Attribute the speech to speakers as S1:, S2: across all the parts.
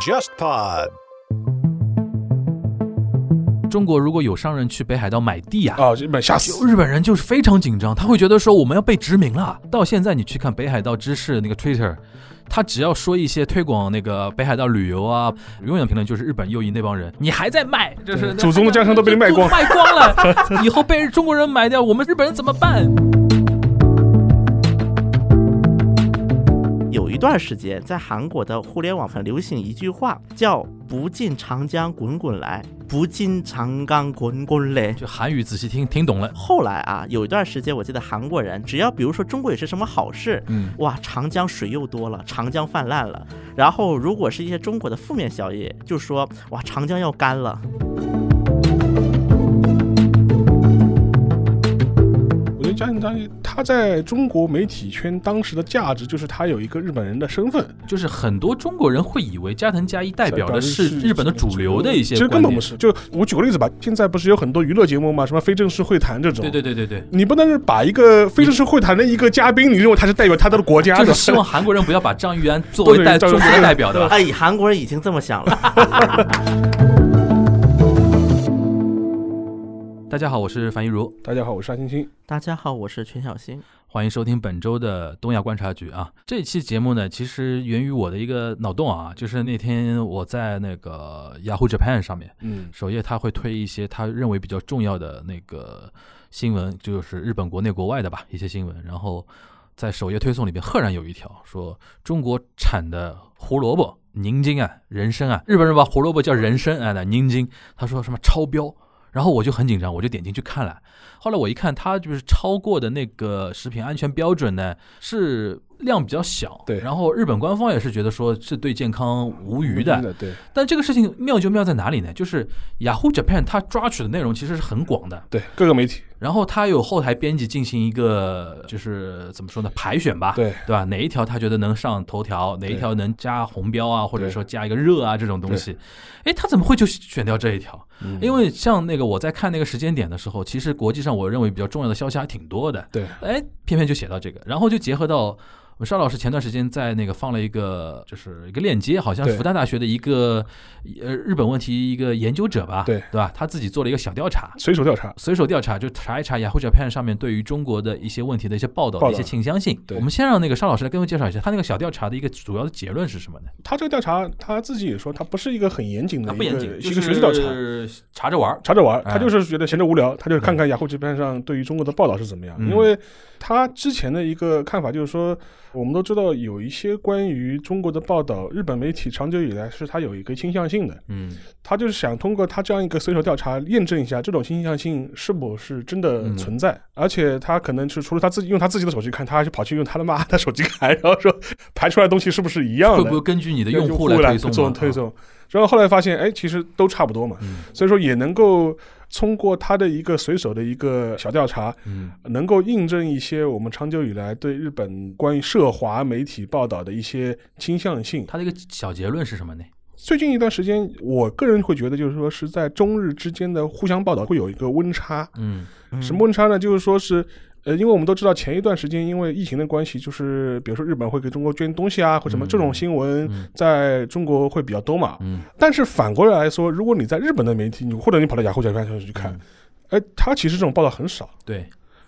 S1: JustPod。
S2: 中国如果有商人去北海道买地啊，
S3: 啊，日本吓死
S2: 就日本人就是非常紧张，他会觉得说我们要被殖民了。到现在你去看北海道知识那个 Twitter，他只要说一些推广那个北海道旅游啊，永远评论就是日本右翼那帮人，你还在卖，就是
S3: 祖宗的江山都被你卖光
S2: 卖光了， 以后被中国人买掉，我们日本人怎么办？
S4: 有一段时间，在韩国的互联网很流行一句话，叫“不进长江滚滚来，不进长江滚滚来”。
S2: 就韩语仔细听听懂了，
S4: 后来啊，有一段时间，我记得韩国人只要比如说中国有些什么好事，
S2: 嗯，
S4: 哇，长江水又多了，长江泛滥了。然后如果是一些中国的负面消息，就说哇，长江要干了。
S3: 我觉得江江他在中国媒体圈当时的价值就是他有一个日本人的身份，
S2: 就是很多中国人会以为加藤加一代表的是日本的主流的一些
S3: 其实
S2: 观
S3: 根本
S2: 点
S3: 不，是。就我举个例子吧，现在不是有很多娱乐节目嘛，什么非正式会谈这种，
S2: 对对对对对。
S3: 你不能是把一个非正式会谈的一个嘉宾，你认为他是代表他的国 家
S2: 就
S3: 的
S2: 是，希望韩国人不要把张玉安作为代
S3: 对
S2: 中
S3: 对
S2: 国的代表的吧？
S4: 哎，韩国人已经这么想了。
S2: 大家好，我是樊一茹，
S3: 大家好，我是沙欣欣。
S4: 大家好，我是全小新。
S2: 欢迎收听本周的东亚观察局啊。这期节目呢，其实源于我的一个脑洞啊，就是那天我在那个 Yahoo Japan 上面
S3: 嗯，
S2: 首页，他会推一些他认为比较重要的那个新闻，就是日本国内国外的吧一些新闻。然后在首页推送里边，赫然有一条说中国产的胡萝卜宁津啊、人参啊，日本人把胡萝卜叫人参啊，那宁津，他说什么超标。然后我就很紧张，我就点进去看了。后来我一看，它就是超过的那个食品安全标准呢，是量比较小。
S3: 对
S2: 然后日本官方也是觉得说是对健康无虞的。
S3: 嗯对，
S2: 但这个事情妙就妙在哪里呢？就是 Yahoo Japan 它抓取的内容其实是很广的，
S3: 对各个媒体，
S2: 然后它有后台编辑进行一个就是怎么说呢排选吧，
S3: 对
S2: 对吧？哪一条他觉得能上头条，哪一条能加红标啊，或者说加一个热啊这种东西，哎，他怎么会就选掉这一条？因为像那个我在看那个时间点的时候，其实国际上我认为比较重要的消息还挺多的，
S3: 对，
S2: 哎，偏偏就写到这个，然后就结合到呃邵老师前段时间在那个放了一个，就是一个链接，好像
S3: 对
S2: 复旦大学的一个呃日本问题一个研究者吧，
S3: 对
S2: 对吧？他自己做了一个小调查，
S3: 随手调查，
S2: 随手调查就查一查 Yahoo Japan 上面对于中国的一些问题的一些报道
S3: 报
S2: 的
S3: 道
S2: 一些倾向性。
S3: 对
S2: 我们先让那个邵老师来跟我们介绍一下他那个小调查的一个主要的结论是什么呢？
S3: 他这个调查他自己也说，他不是一个很严谨的
S2: 啊
S3: 一
S2: 不
S3: 个
S2: 严谨，
S3: 一
S2: 就
S3: 个学术调查，
S2: 是查着玩儿。
S3: 查着玩儿，
S2: 哎
S3: 他就是觉得闲着无聊，他就看看雅虎这边上对于中国的报道是怎么样。
S2: 嗯
S3: 因为他之前的一个看法就是说，我们都知道有一些关于中国的报道，日本媒体长久以来是他有一个倾向性的，
S2: 嗯，
S3: 他就是想通过他这样一个随手调查验证一下这种倾向性是否是真的
S2: 嗯
S3: 存在，而且他可能是除了他自己用他自己的手机看，他还是跑去用他的妈的手机看，然后说排出来的东西是不是一样的？
S2: 会不会根据你的用户来
S3: 用
S2: 推
S3: 来
S2: 送
S3: 做
S2: 啊？
S3: 推送。然后后来发现，哎，其实都差不多嘛，
S2: 嗯
S3: 所以说也能够通过他的一个随手的一个小调查，
S2: 嗯，
S3: 能够印证一些我们长久以来对日本关于涉华媒体报道的一些倾向性。
S2: 他的一个小结论是什么呢？
S3: 最近一段时间，我个人会觉得，就是说是在中日之间的互相报道会有一个温差。
S2: 嗯
S3: 什么温差呢？就是说是。呃，因为我们都知道，前一段时间因为疫情的关系，就是比如说日本会给中国捐东西啊，或什么
S2: 嗯
S3: 这种新闻
S2: 嗯，
S3: 在中国会比较多嘛。
S2: 嗯，
S3: 但是反过来说，如果你在日本的媒体，你或者你跑到雅虎小看上去看
S2: 嗯，
S3: 哎、它其实这种报道很少，
S2: 对，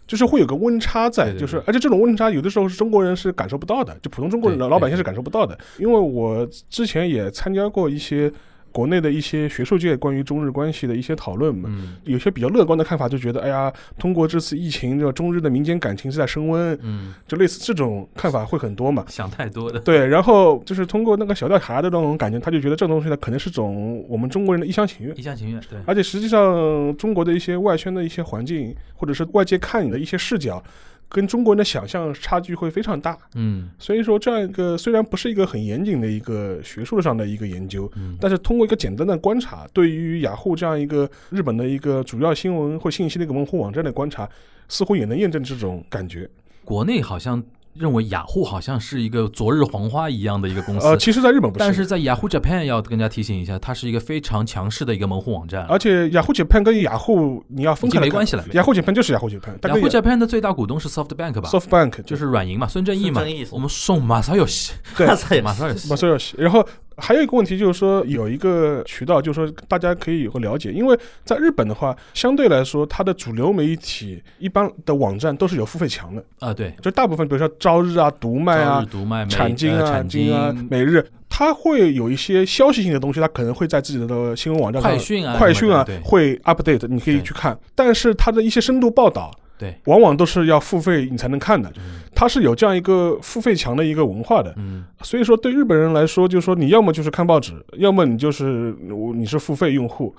S3: 就是会有个温差在，
S2: 对对
S3: 就是
S2: 对
S3: 而且这种温差有的时候是中国人是感受不到的，就普通中国人
S2: 对
S3: 老百姓是感受不到的。因为我之前也参加过一些国内的一些学术界关于中日关系的一些讨论嘛。
S2: 嗯
S3: 有些比较乐观的看法，就觉得哎呀，通过这次疫情，这个中日的民间感情是在升温，
S2: 嗯，
S3: 就类似这种看法会很多嘛。
S2: 想太多的。
S3: 对，然后就是通过那个小调查的那种感觉，他就觉得这种东西呢，可能是种我们中国人的一厢情愿。
S2: 一厢情愿，对，
S3: 而且实际上，中国的一些外圈的一些环境，或者是外界看你的一些视角，跟中国人的想象差距会非常大。
S2: 嗯
S3: 所以说，这样一个虽然不是一个很严谨的一个学术上的一个研究，
S2: 嗯，
S3: 但是通过一个简单的观察，对于雅虎这样一个日本的一个主要新闻或信息的一个门户网站的观察，似乎也能验证这种感觉。
S2: 国内好像认为雅虎好像是一个昨日黄花一样的一个公司，
S3: 呃，其实在日本不
S2: 嗯但哦是在雅虎 Japan 要跟大家提醒一下，它是一个非常强势的一个门户网站，
S3: 而且雅虎 Japan 跟雅虎你要
S2: 已
S3: 分开
S2: 经
S3: 来
S2: 没
S3: 看
S2: 关，哦系了。
S3: 雅虎 Japan 就是雅虎 Japan，它
S2: 雅
S3: 跟
S2: 虎 Japan 的最大股东是 SoftBank 吧？
S3: SoftBank
S2: 就是软银嘛，孙正义嘛
S4: 孙正义。
S2: 我们送马萨有西，
S3: 对
S4: 操
S2: 马萨有西
S3: 马。赛尔西。然后还有一个问题就是说，有一个渠道，就是说大家可以有个了解，因为在日本的话，相对来说，它的主流媒体一般的网站都是有付费墙的，
S2: 啊，对，
S3: 就大部分，比如说朝日啊、读卖
S2: 朝日
S3: 啊、
S2: 读卖、美
S3: 产经
S2: 呃
S3: 啊、
S2: 产经
S3: 经啊、每日，它会有一些消息性的东西，它可能会在自己的新闻网站上
S2: 快讯啊，
S3: 快讯啊
S2: 什么的对
S3: 会 update，你可以
S2: 对
S3: 去看。但是它的一些深度报道，
S2: 对，
S3: 往往都是要付费你才能看的。
S2: 嗯
S3: 它是有这样一个付费墙的一个文化的，
S2: 嗯，
S3: 所以说对日本人来说，就是说你要么就是看报纸，要么你就是我你是付费用户。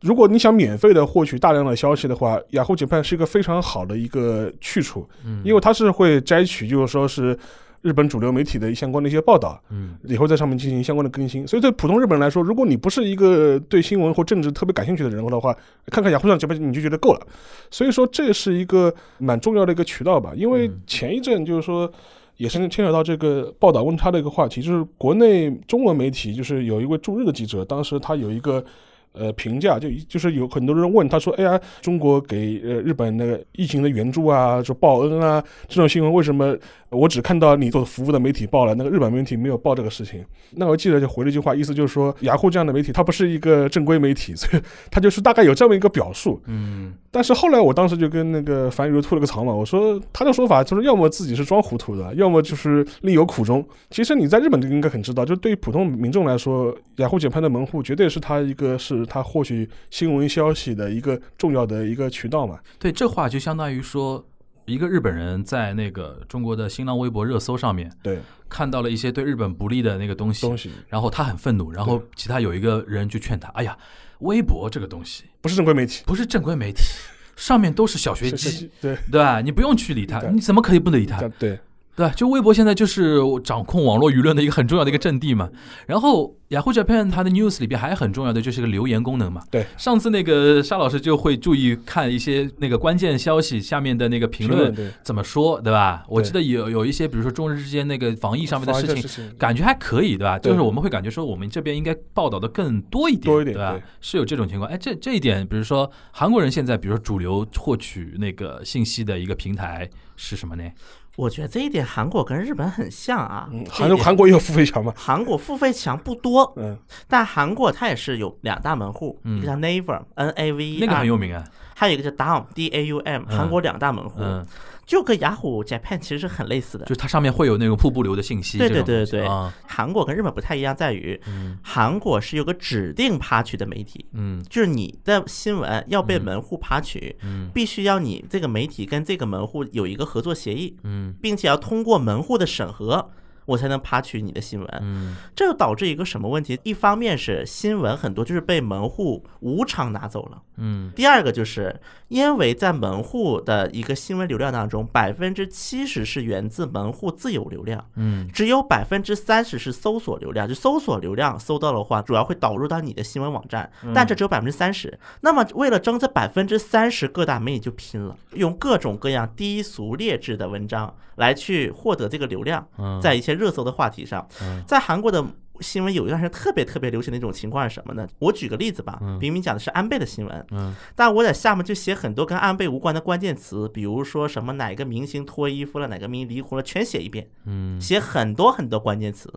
S3: 如果你想免费的获取大量的消息的话，雅虎 Japan 是一个非常好的一个去处，
S2: 嗯
S3: 因为它是会摘取，就是说是日本主流媒体的相关的一些报道，
S2: 嗯
S3: 以后在上面进行相关的更新。所以对普通日本人来说，如果你不是一个对新闻或政治特别感兴趣的人的话，看看雅虎上这边你就觉得够了。所以说这是一个蛮重要的一个渠道吧，因为
S2: 嗯
S3: 前一阵就是说。也是牵扯到这个报道温差的一个话题，就是国内中文媒体，就是有一位驻日的记者，当时他有一个呃评价，就就是有很多人问他说：“哎呀，中国给呃日本那个疫情的援助啊，说报恩啊，这种新闻为什么我只看到你做服务的媒体报了，那个日本媒体没有报这个事情？”那我记者就回了一句话，意思就是说，雅虎这样的媒体它不是一个正规媒体，所以 他就是大概有这么一个表述。
S2: 嗯，
S3: 但是后来我当时就跟那个樊宇吐了个槽嘛，我说他的说法就是要么自己是装糊涂的，要么就是另有苦衷。其实你在日本就应该很知道，就对于普通民众来说，雅虎简拍的门户绝对是他一个是他获取新闻消息的一个重要的一个渠道嘛。
S2: 对，这话就相当于说，一个日本人在那个中国的新浪微博热搜上面
S3: 对，
S2: 看到了一些对日本不利的那个东西，
S3: 东西
S2: 然后他很愤怒，然后其他有一个人就劝他：“哎呀，微博这个东西
S3: 不是正规媒体，
S2: 不是正规媒体，上面都是小学
S3: 是是
S2: 鸡，
S3: 是对
S2: 对吧？你不用去理他，
S3: 对
S2: 你怎么可以不理他？
S3: 对对
S2: 对，就微博现在就是掌控网络舆论的一个很重要的一个阵地嘛。然后雅虎 Japan 它的 news 里边还很重要的就是个留言功能嘛。
S3: 对，
S2: 上次那个沙老师就会注意看一些那个关键消息下面的那个评论
S3: 对，
S2: 怎么说，对吧？我
S3: 对
S2: 记得有有一些，比如说中日之间那个防疫上面的
S3: 发
S2: 事
S3: 一个
S2: 情
S3: 事。情
S2: 感觉还可以，对吧？
S3: 对
S2: 就是我们会感觉说，我们这边应该报道的更多一点，
S3: 多一点
S2: 对吧
S3: 对
S2: 是有这种情况。哎，这这一点，比如说韩国人现在，比如说主流获取那个信息的一个平台是什么呢？
S4: 我觉得这一点韩国跟日本很像啊。
S3: 嗯，
S4: 这一
S3: 韩
S4: 点
S3: 韩国也有付费墙嘛，
S4: 韩国付费墙不多，
S3: 嗯，
S4: 但韩国它也是有两大门户，
S2: 嗯
S4: 一个叫 Naver N A V，E
S2: 那个很有名啊，
S4: 还有一个叫 Daum D A U M，
S2: 嗯
S4: 韩国两大门户，
S2: 嗯，
S4: 就跟雅虎 Japan 其实是很类似的
S2: 就。是它上面会有那种瀑布流的信息这种
S4: 对
S2: 东
S4: 对
S2: 西，
S4: 对对对
S2: 啊，
S4: 韩国跟日本不太一样，在于
S2: 嗯
S4: 韩国是有个指定爬取的媒体，
S2: 嗯
S4: 就是你的新闻要被门户爬取，
S2: 嗯
S4: 必须要你这个媒体跟这个门户有一个合作协议，
S2: 嗯
S4: 并且要通过门户的审核，我才能爬取你的新闻。
S2: 嗯
S4: 这就导致一个什么问题？一方面是新闻很多就是被门户无偿拿走了，
S2: 嗯
S4: 第二个就是因为在门户的一个新闻流量当中，百分之七十是源自门户自有流量。
S2: 嗯
S4: 只有百分之三十是搜索流量，就搜索流量搜到的话，主要会导入到你的新闻网站，
S2: 嗯
S4: 但这只有百分之三十。那么为了争这百分之三十，各大媒体就拼了，用各种各样低俗劣质的文章来去获得这个流量，
S2: 嗯，
S4: 在一些热搜的话题上
S2: 嗯，
S4: 在韩国的。新闻有一段时间特别特别流行的一种情况是什么呢？我举个例子吧，明明讲的是安倍的新闻，
S2: 嗯
S4: 但我在下面就写很多跟安倍无关的关键词，比如说什么哪个明星脱衣服了，哪个明星离婚了，全写一遍。
S2: 嗯
S4: 写很多很多关键词，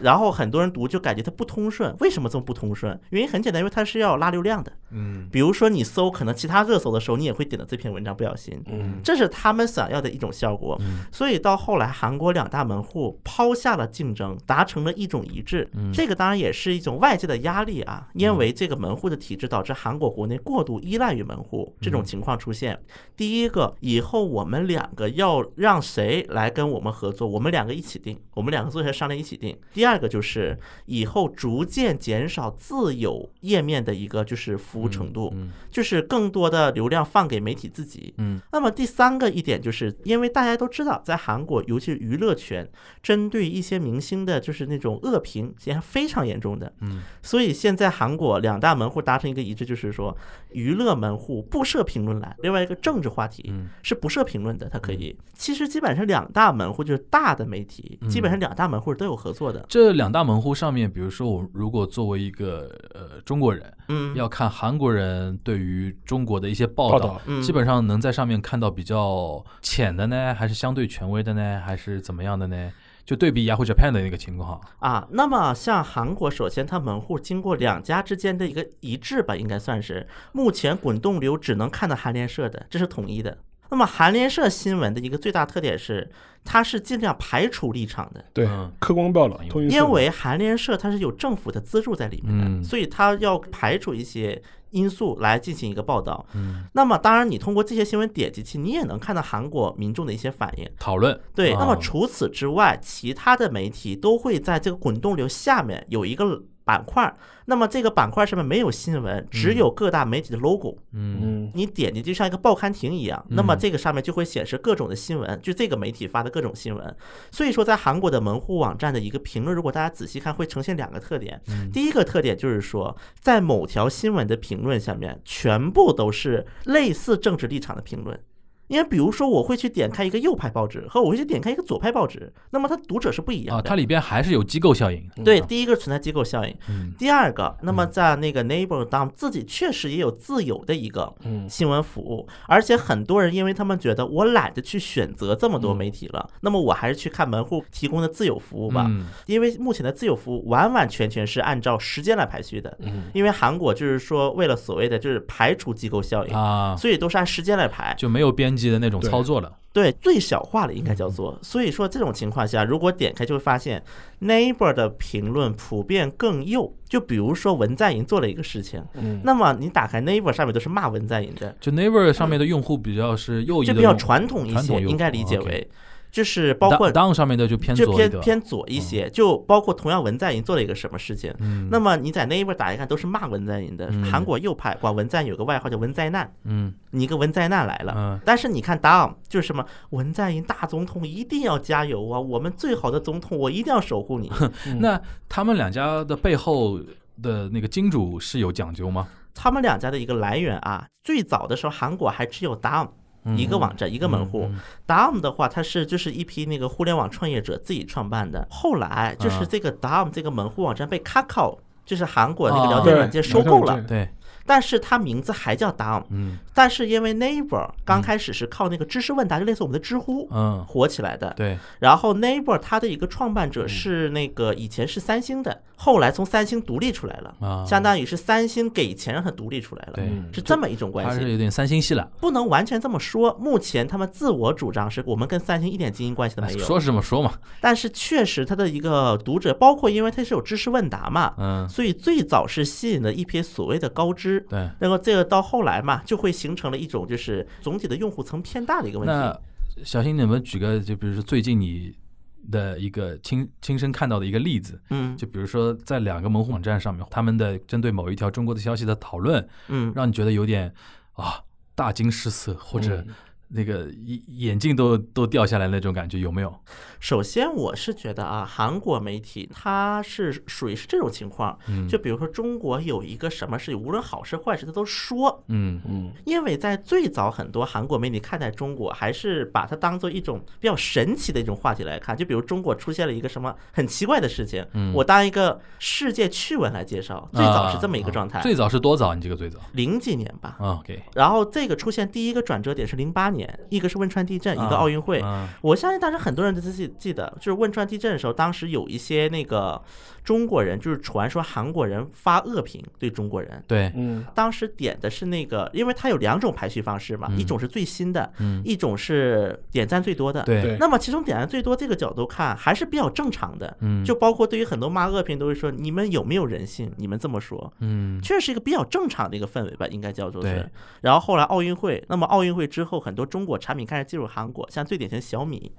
S4: 然后很多人读就感觉它不通顺。为什么这么不通顺？原因很简单，因为它是要拉流量的。
S2: 嗯
S4: 比如说你搜可能其他热搜的时候，你也会点到这篇文章，不小心。
S3: 嗯，
S4: 这是他们想要的一种效果，
S2: 嗯
S4: 所以到后来，韩国两大门户抛下了竞争，达成了一种一致。
S2: 嗯
S4: 这个当然也是一种外界的压力啊，因为这个门户的体制导致韩国国内过度依赖于门户，这
S2: 嗯
S4: 种情况出现。第一个，以后我们两个要让谁来跟我们合作，我们两个一起定，我们两个坐下来商量一起定。第二个就是以后逐渐减少自有页面的一个就是服务程度，
S2: 嗯
S4: 就是更多的流量放给媒体自己。
S2: 嗯
S4: 那么第三个一点，就是因为大家都知道，在韩国，尤其是娱乐圈，针对一些明星的，就是那种恶评，现在非常严重的。
S2: 嗯，
S4: 所以现在韩国两大门户达成一个一致，就是说，娱乐门户不设评论栏，另外一个政治话题
S2: 嗯
S4: 是不设评论的，它可以。其实基本上两大门户就是大的媒体，
S2: 嗯
S4: 基本上两大门户都有合作的。
S2: 这两大门户上面，比如说我如果作为一个呃中国人，
S4: 嗯，
S2: 要看韩国人对于中国的一些报
S3: 报
S2: 道
S3: 道，
S4: 嗯
S2: 基本上能在上面看到比较浅的呢，还是相对权威的呢，还是怎么样的呢？就对比 Yahoo Japan 的那个情况，
S4: 啊，那么像韩国，首先它门户经过两家之间的一个一致吧，应该算是目前滚动流只能看到韩联社的，这是统一的。那么韩联社新闻的一个最大特点是，它是尽量排除立场的，
S3: 对
S2: 嗯，
S3: 刻光报了，通讯社
S4: 因为韩联社它是有政府的资助在里面的，
S2: 嗯
S4: 所以它要排除一些因素来进行一个报道。那么当然，你通过这些新闻点进去，你也能看到韩国民众的一些反应。
S2: 讨论
S4: 对，
S2: 啊
S4: 那么除此之外，其他的媒体都会在这个滚动流下面有一个板块，那么这个板块上面没有新闻，只有各大媒体的 logo。
S2: 嗯
S3: 嗯
S4: 你点进去就像一个报刊亭一样，那么这个上面就会显示各种的新闻，就这个媒体发的各种新闻。所以说，在韩国的门户网站的一个评论，如果大家仔细看，会呈现两个特点。
S2: 嗯
S4: 第一个特点就是说，在某条新闻的评论下面，全部都是类似政治立场的评论。因为比如说，我会去点开一个右派报纸和我会去点开一个左派报纸，那么它读者是不一样
S2: 啊，
S4: 的。
S2: 它里边嗯还是有机构效应，啊
S4: 对，第一个存在机构效应，
S2: 嗯
S4: 第二个，那么在那个 Neighbor 当自己确实也有自有的一个
S3: 嗯
S4: 新闻服务，而且很多人因为他们觉得我懒得去选择这么多媒体了，那么我还是去看门户提供的自有服务吧，
S2: 嗯
S4: 因为目前的自有服务完完全全是按照时间来排序的，
S2: 嗯
S4: 因为韩国就是说为了所谓的就是排除机构效应，
S2: 啊，
S4: 所以都是按时间来排。
S2: 就没有编辑的那种
S3: 对
S2: 操作了。
S4: 对，最小化了应该
S2: 嗯
S4: 叫做。所以说这种情况下，如果点开就会发现 neighbor 的评论普遍更右。就比如说文在寅做了一个事情，
S3: 嗯，
S4: 那么你打开 neighbor 上面都是骂文在寅的，
S2: 就 Naver 上面的用户比较是右翼
S4: 就
S2: 的
S4: 比
S2: 用户，
S4: 较传统一
S2: 传
S4: 些，
S2: 统右哦
S4: 应该理解为就是包括
S2: Down- Down 上面的就偏
S4: 就
S2: 左一嗯
S4: 偏
S2: 点，
S4: 偏左一些，就包括同样文在寅做了一个什么事情，
S2: 嗯
S4: 那么你在 neighbor 打一看都是骂文在寅的。韩国右派管文在寅有个外号叫文灾难，
S2: 嗯
S4: 你一个文灾难来了。
S2: 嗯
S4: 但是你看党就是什么文在寅大总统一定要加油啊！我们最好的总统，我一定要守护你。
S2: 那他们两家的背后的那个金主是有讲究吗？
S4: 他们两家的一个来源啊，最早的时候韩国还只有 Dom
S3: 嗯
S4: 一个网站一个门户，Dom 的话它是就是一批那个互联网创业者自己创办的，后来
S3: 啊
S4: 就是这个 Dom 这个门户网站被 Kakao。就是韩国那个聊天
S3: 啊
S4: 软件
S3: 对
S4: 收
S3: 聊
S4: 购
S3: 天
S4: 了
S3: 软，件
S2: 对，
S4: 但是它名字还叫 Dom，
S2: 嗯
S4: 但是因为 Neighbor
S3: 嗯
S4: 刚开始是靠那个知识问答，就类似我们的知乎
S2: 嗯，
S4: 火起来的，
S2: 对，
S4: 然后 Neighbor 它的一个创办
S2: 嗯
S4: 者是那个以前是三星的，后来从三星独立出来
S2: 啊
S4: 了，相当于是三星给钱让它独立出来了
S2: 对，
S4: 是这么一种
S2: 他
S4: 关
S2: 是
S4: 系。
S2: 有点三星系了。
S4: 不能完全这么说，目前他们自我主张是我们跟三星一点经营关系都没有，
S2: 哎说是这么说 嘛，
S4: 但是确实它的一个读者，包括因为它是有知识问答嘛，
S2: 嗯，
S4: 所以最早是吸引了一批所谓的高知。
S2: 对。
S4: 那么这个到后来嘛，就会形成了一种就是总体的用户层偏大的一个问题。
S2: 那小新，你们举个就比如说最近你的一个亲亲身看到的一个例子，
S4: 嗯
S2: 就比如说在两个门户网站上面，他们的针对某一条中国的消息的讨论，
S4: 嗯，
S2: 让你觉得有点啊大惊失色，或者
S4: 嗯
S2: 那个眼眼镜都都掉下来那种感觉，有没有？
S4: 首先，我是觉得啊，韩国媒体它是属于是这种情况，
S2: 嗯
S4: 就比如说中国有一个什么事情，无论好事坏事，它都说。
S2: 嗯
S4: 因为在最早很多韩国媒体看待中国，还是把它当做一种比较神奇的一种话题来看。就比如中国出现了一个什么很奇怪的事情，
S2: 嗯
S4: 我当一个世界趣闻来介绍。最早是这么一个状态
S2: 啊，最早是多早？你这个最早
S4: 零几年吧。
S2: 啊？OK，
S4: 然后这个出现第一个转折点是零八年，一个是汶川地震，一个奥运会。
S2: 嗯
S4: 我相信当时很多人都记记得，就是汶川地震的时候，当时有一些那个中国人，就是传说韩国人发恶评对中国人。
S2: 对，
S3: 嗯
S4: 当时点的是那个，因为它有两种排序方式嘛，一种是最新的，一种是点赞最多的。
S2: 对
S3: 对
S4: 那么其中点赞最多这个角度看，还是比较正常的。嗯，就包括对于很多骂恶评都会说，你们有没有人性？你们这么说，
S2: 嗯，
S4: 确实一个比较正常的一个氛围吧，应该叫做
S2: 对
S4: 是。然后后来奥运会，那么奥运会之后，很多中国产品开始进入韩国，像最典型小米。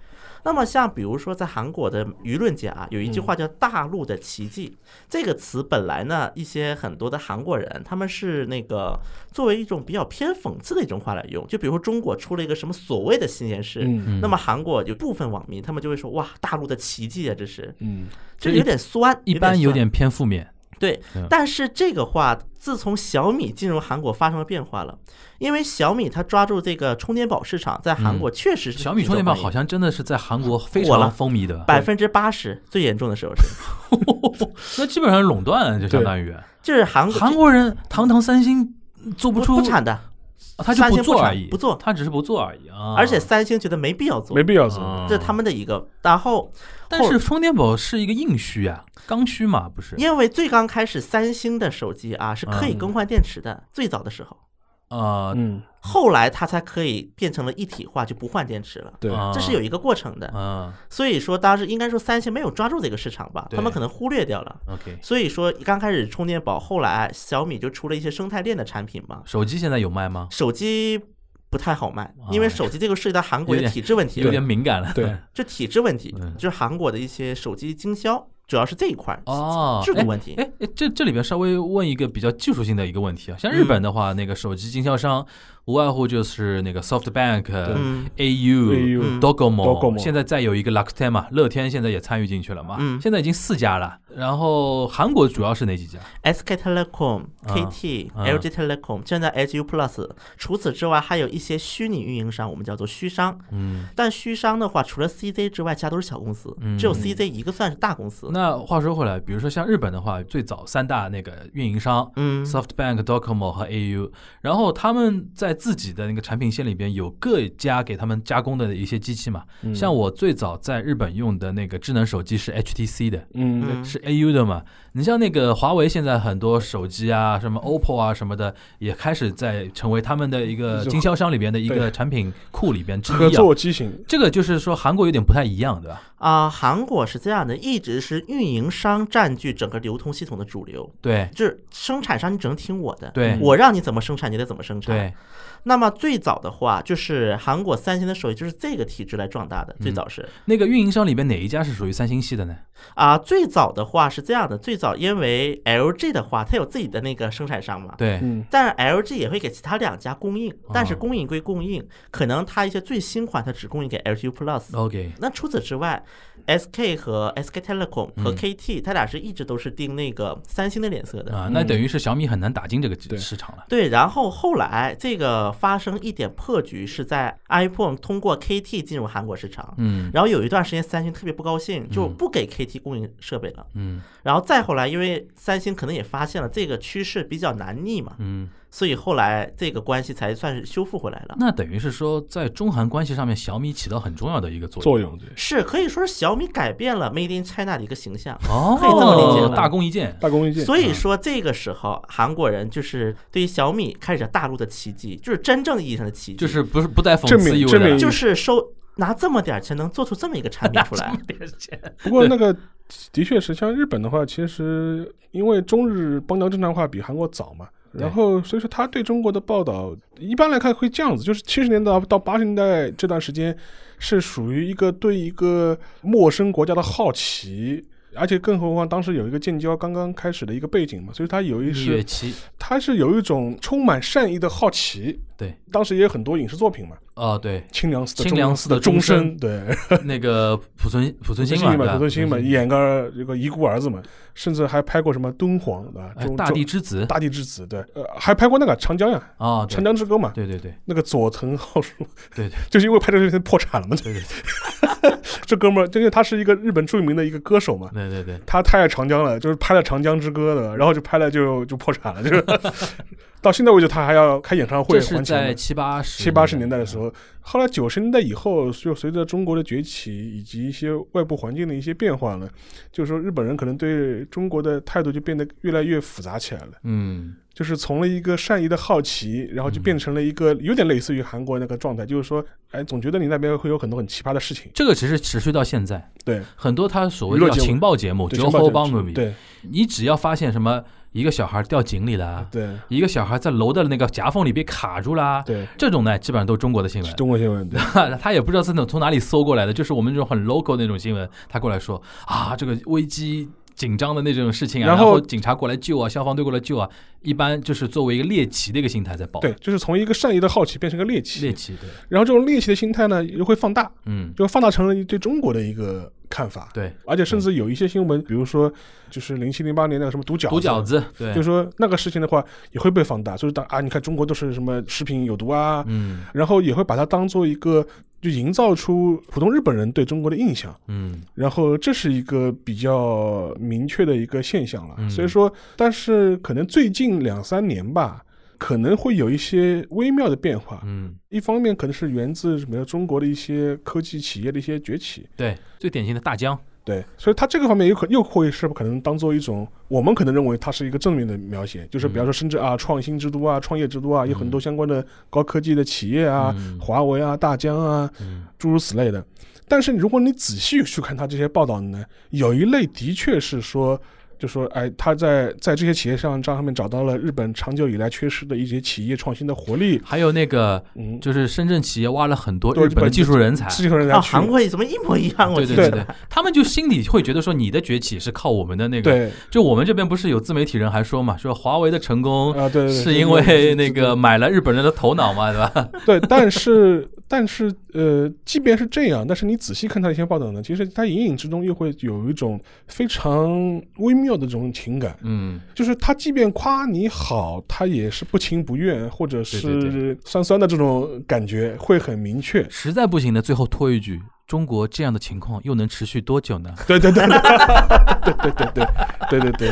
S4: 那么像比如说在韩国的舆论界啊，有
S2: 嗯
S4: 一句话叫“大陆的奇迹”这个词，本来呢一些很多的韩国人他们是那个作为一种比较偏讽刺的一种话来用，就比如说中国出了一个什么所谓的新鲜事，
S3: 嗯
S4: 那么韩国有部分网民他们就会说哇，大陆的奇迹啊，这是
S3: 嗯，
S4: 这有点酸，
S2: 一般有
S4: 有点
S2: 点
S4: 酸
S2: 偏负面。
S4: 对
S2: 嗯，
S4: 但是这个话自从小米进入韩国发生了变化了，因为小米它抓住这个充电宝市场，在韩国确实是
S2: 嗯小米充电宝好像真的是在韩国非常风靡的，
S4: 百分之八十最严重的时候是，
S2: 那基本上垄断就相当于
S4: 就是韩国
S2: 韩国人堂堂三星做
S4: 不
S2: 出，
S4: 不产的，
S2: 啊他就
S4: 三星不
S2: 做
S4: 产
S2: 而已，
S4: 不做
S2: 他只是不做而已啊。
S4: 而且三星觉得没必要做
S3: 没，必要做。
S2: 嗯，
S4: 这是他们的一个。然后
S2: 但是充电宝是一个硬需啊，刚需嘛，不是？
S4: 因为最刚开始三星的手机啊是可以
S2: 嗯
S4: 更换电池的，最早的时候，
S2: 呃，
S3: 嗯，
S4: 后来它才可以变成了一体化，就不换电池了。
S3: 对，
S2: 啊
S4: 这是有一个过程的，
S2: 嗯
S4: 所以说当时应该说三星没有抓住这个市场吧，
S2: 对
S4: 他们可能忽略掉了。
S2: ，OK，
S4: 所以说刚开始充电宝，后来小米就出了一些生态链的产品嘛，
S2: 手机现在有卖吗？
S4: 手机不太好卖
S2: 啊，
S4: 因为手机这个涉及到韩国
S2: 有
S4: 的
S2: 点
S4: 体制问题
S2: 有
S4: 了，
S2: 点敏感了，
S3: 对
S4: 这体制问题
S2: 嗯
S4: 就是韩国的一些手机经销，主要是这一块儿
S2: 哦，
S4: 制
S2: 哎
S4: 度问题。
S2: 哎哎，这这里边稍微问一个比较技术性的一个问题啊，像日本的话，那个手机经销商无外乎就是那个 SoftBank、
S4: 嗯
S2: AU、
S3: AU
S4: 嗯
S2: Docomo，
S3: Docomo
S2: 现在再有一个 Lakuten 嘛，乐天现在也参与进去了嘛，
S4: 嗯
S2: 现在已经四家了。然后韩国主要是哪几家？
S4: SK Telecom、
S2: 啊
S4: KT、
S2: 啊
S4: LG Telecom，现在 HU Plus。除此之外，还有一些虚拟运营商，我们叫做虚商。
S2: 嗯，
S4: 但虚商的话，除了 CZ 之外，其他都是小公司，
S2: 嗯
S4: 只有 CZ 一个算是大公司。
S2: 那话说回来，比如说像日本的话，最早三大那个运营商。
S4: 嗯
S2: SoftBank、Docomo 和 AU，然后他们在自己的那个产品线里边有各家给他们加工的一些机器嘛。
S3: 嗯
S2: 像我最早在日本用的那个智能手机是 HTC 的，
S3: 嗯，
S4: 嗯
S2: 是 AU 的嘛。你像那个华为现在很多手机啊，什么 OPPO 啊什么的，也开始在成为他们的一个
S3: 就
S2: 经销商里边的一个
S3: 对
S2: 产品库里边之
S3: 合
S2: 一啊。
S3: 作机型，
S2: 这个就是说韩国有点不太一样，对吧？
S4: 啊、韩国是这样的，一直是运营商占据整个流通系统的主流，
S2: 对
S4: 就是生产商你只能听我的，
S2: 对
S4: 我让你怎么生产你得怎么生产。，
S2: 对，
S4: 那么最早的话，就是韩国三星的手机就是这个体制来壮大的，
S2: 嗯
S4: 最早是
S2: 那个运营商里边哪一家是属于三星系的呢？
S4: 啊、最早的话是这样的，最早因为 LG 的话，它有自己的那个生产商嘛。
S2: 对，哦
S3: 嗯，
S4: 但是 LG 也会给其他两家供应，但是供应归供应，可能它一些最新款它只供应给 LG
S2: 哦
S4: Plus，
S2: OK，
S4: 那除此之外，SK 和 SK Telecom 和
S2: 嗯
S4: KT，、它俩是一直都是盯那个三星的脸色的。
S2: 啊，那等于是小米很难打进这个
S3: 对
S2: 市场了。
S4: 对，然后后来这个发生一点破局，是在 iPhone 通过 KT 进入韩国市场。
S2: 嗯
S4: 然后有一段时间，三星特别不高兴，就不给 KT 供应设备了。
S2: 嗯
S4: 然后再后来，因为三星可能也发现了这个趋势比较难逆嘛，
S2: 嗯，
S4: 所以后来这个关系才算是修复回来了。
S2: 那等于是说在中韩关系上面，小米起到很重要的一个作用。
S3: 作用对，
S4: 是可以说是小米改变了 Made in China 的一个形象。
S2: 哦，
S4: 可以这么理解吧
S2: 大功一件。
S3: 大功一件。
S4: 所
S2: 嗯
S4: 以说，这个时候韩国人就是对于小米开始叫大陆的奇迹，就是真正意义上的奇迹，
S2: 就是不是不带讽
S3: 证
S2: 刺
S3: 明
S2: 意味
S3: 证
S2: 的
S3: 明，
S4: 就是收拿这么点儿钱能做出这么一个产品出 来。
S3: 不过那个的确是，像日本的话，其实因为中日邦交正常化比韩国早嘛，
S2: 对
S3: 然后所以说他对中国的报道，一般来看会这样子，就是七十年代到八十年代这段时间，是属于一个对一个陌生国家的好奇。而且，更何况当时有一个建交刚刚开始的一个背景嘛，所以他有一
S2: 蜜月
S3: 是
S2: 期，
S3: 他是有一种充满善意的好奇。
S2: 对，
S3: 当时也有很多影视作品嘛，，
S2: 哦对
S3: 清凉寺的
S2: 清
S3: 钟
S2: 凉寺的
S3: 钟
S2: 钟声
S3: 声，对，
S2: 那个濮存濮存昕嘛，
S3: 嘛，
S2: 对吧
S3: 土豆星嘛，演个这个遗孤儿子嘛，甚至还拍过什么敦煌，对吧？
S2: 哎
S3: 中
S2: 大
S3: 中
S2: 地之子
S3: 大地之子，对，呃，还拍过那个长江呀，
S2: 啊，
S3: 长
S2: 对
S3: 江之歌嘛，
S2: 对对对
S3: 那个佐藤浩树，
S2: 对对，
S3: 就是因为拍这个片破产了嘛，
S2: 对对
S3: 这哥们儿，就因为他是一个日本著名的一个歌手嘛。
S2: 对对对，
S3: 他太爱长江了，就是拍了《长江之歌》的，然后就拍了就就破产了，就是 到现在为止他还要开演唱会
S2: 这是
S3: 还钱
S2: 在
S3: 呢。
S2: 七八十
S3: 七八十年代的时候，后来九十年代以后，就随着中国的崛起以及一些外部环境的一些变化呢，就是说日本人可能对中国的态度就变得越来越复杂起来了。
S2: 嗯
S3: 就是从了一个善意的好奇，然后就变成了一个有点类似于韩国那个状态，就是说，哎，总觉得你那边会有很多很奇葩的事情。
S2: 这个其实持续到现在，
S3: 对，
S2: 很多他所
S3: 娱
S2: 谓
S3: 乐
S2: 叫
S3: 节目
S2: 情报节目，
S3: 对
S2: 九
S3: 情报
S2: 后
S3: 节
S2: 帮
S3: 目
S2: 个米，
S3: 对，
S2: 你只要发现什么一个小孩掉井里啦，
S3: 对
S2: 一个小孩在楼的那个夹缝里被卡住啦，
S3: 对，
S2: 这种呢基本上都是中国的新闻。
S3: 中国新闻对
S2: 他也不知道从哪从哪里搜过来的，就是我们这种很 local 那种新闻，他过来说啊，这个危机紧张的那种事情啊，
S3: 然
S2: 然
S3: 后
S2: 警察过来救啊，消防队过来救啊，一般就是作为一个猎奇的一个心态在报，
S3: 对，就是从一个善意的好奇变成个猎奇，
S2: 猎奇，对，
S3: 然后这种猎奇的心态呢又会放大，
S2: 嗯，
S3: 就放大成了对中国的一个看法。
S2: 对，
S3: 而且甚至有一些新闻，比如说就是零七零八年那个什么毒饺
S2: 毒饺
S3: 子，
S2: 子，对，
S3: 就是说那个事情的话也会被放大，就是当啊，你看中国都是什么食品有毒啊，
S2: 嗯
S3: 然后也会把它当做一个就营造出普通日本人对中国的印象。
S2: 嗯
S3: 然后这是一个比较明确的一个现象了。
S2: 嗯
S3: 所以说，但是可能最近两三年吧，可能会有一些微妙的变化。
S2: 嗯，
S3: 一方面可能是源自什么呀中国的一些科技企业的一些崛起，
S2: 对，最典型的大疆，
S3: 对，所以它这个方面有可又会是可能当做一种我们可能认为它是一个正面的描写，就是比方说
S2: 嗯
S3: 深圳啊，创新之都啊，创业之都啊，有很多相关的高科技的企业啊，
S2: 嗯
S3: 华为啊、大疆啊，
S2: 嗯
S3: 诸如此类的。但是如果你仔细去看他这些报道呢，有一类的确是说，就说哎，他在在这些企业上上面找到了日本长久以来缺失的一些企业创新的活力。
S2: 还有那个
S3: 嗯，
S2: 就是深圳企业挖了很多
S3: 对
S2: 日本的技术人才。
S3: 是有人来
S4: 啊，
S3: 去
S4: 韩国也怎么一模一样？我
S2: 对
S4: 觉
S2: 对
S4: 得
S2: 对对，他们就心里会觉得说你的崛起是靠我们的那个，
S3: 对
S2: 就我们这边不是有自媒体人还说嘛，说华为的成功
S3: 啊，对对，对
S2: 是因为那个买了日本人的头脑嘛，对 吧？
S3: 对，但是但是呃，即便是这样，但是你仔细看他的一些报道呢，其实他隐隐之中又会有一种非常微妙的这种情感，
S2: 嗯，
S3: 就是他即便夸你好，他也是不情不愿，或者
S2: 对对
S3: 是酸酸的这种感觉会很明确。
S2: 实在不行呢，最后拖一句，中国这样的情况又能持续多久呢？
S3: 对对 对，对对对对对对对，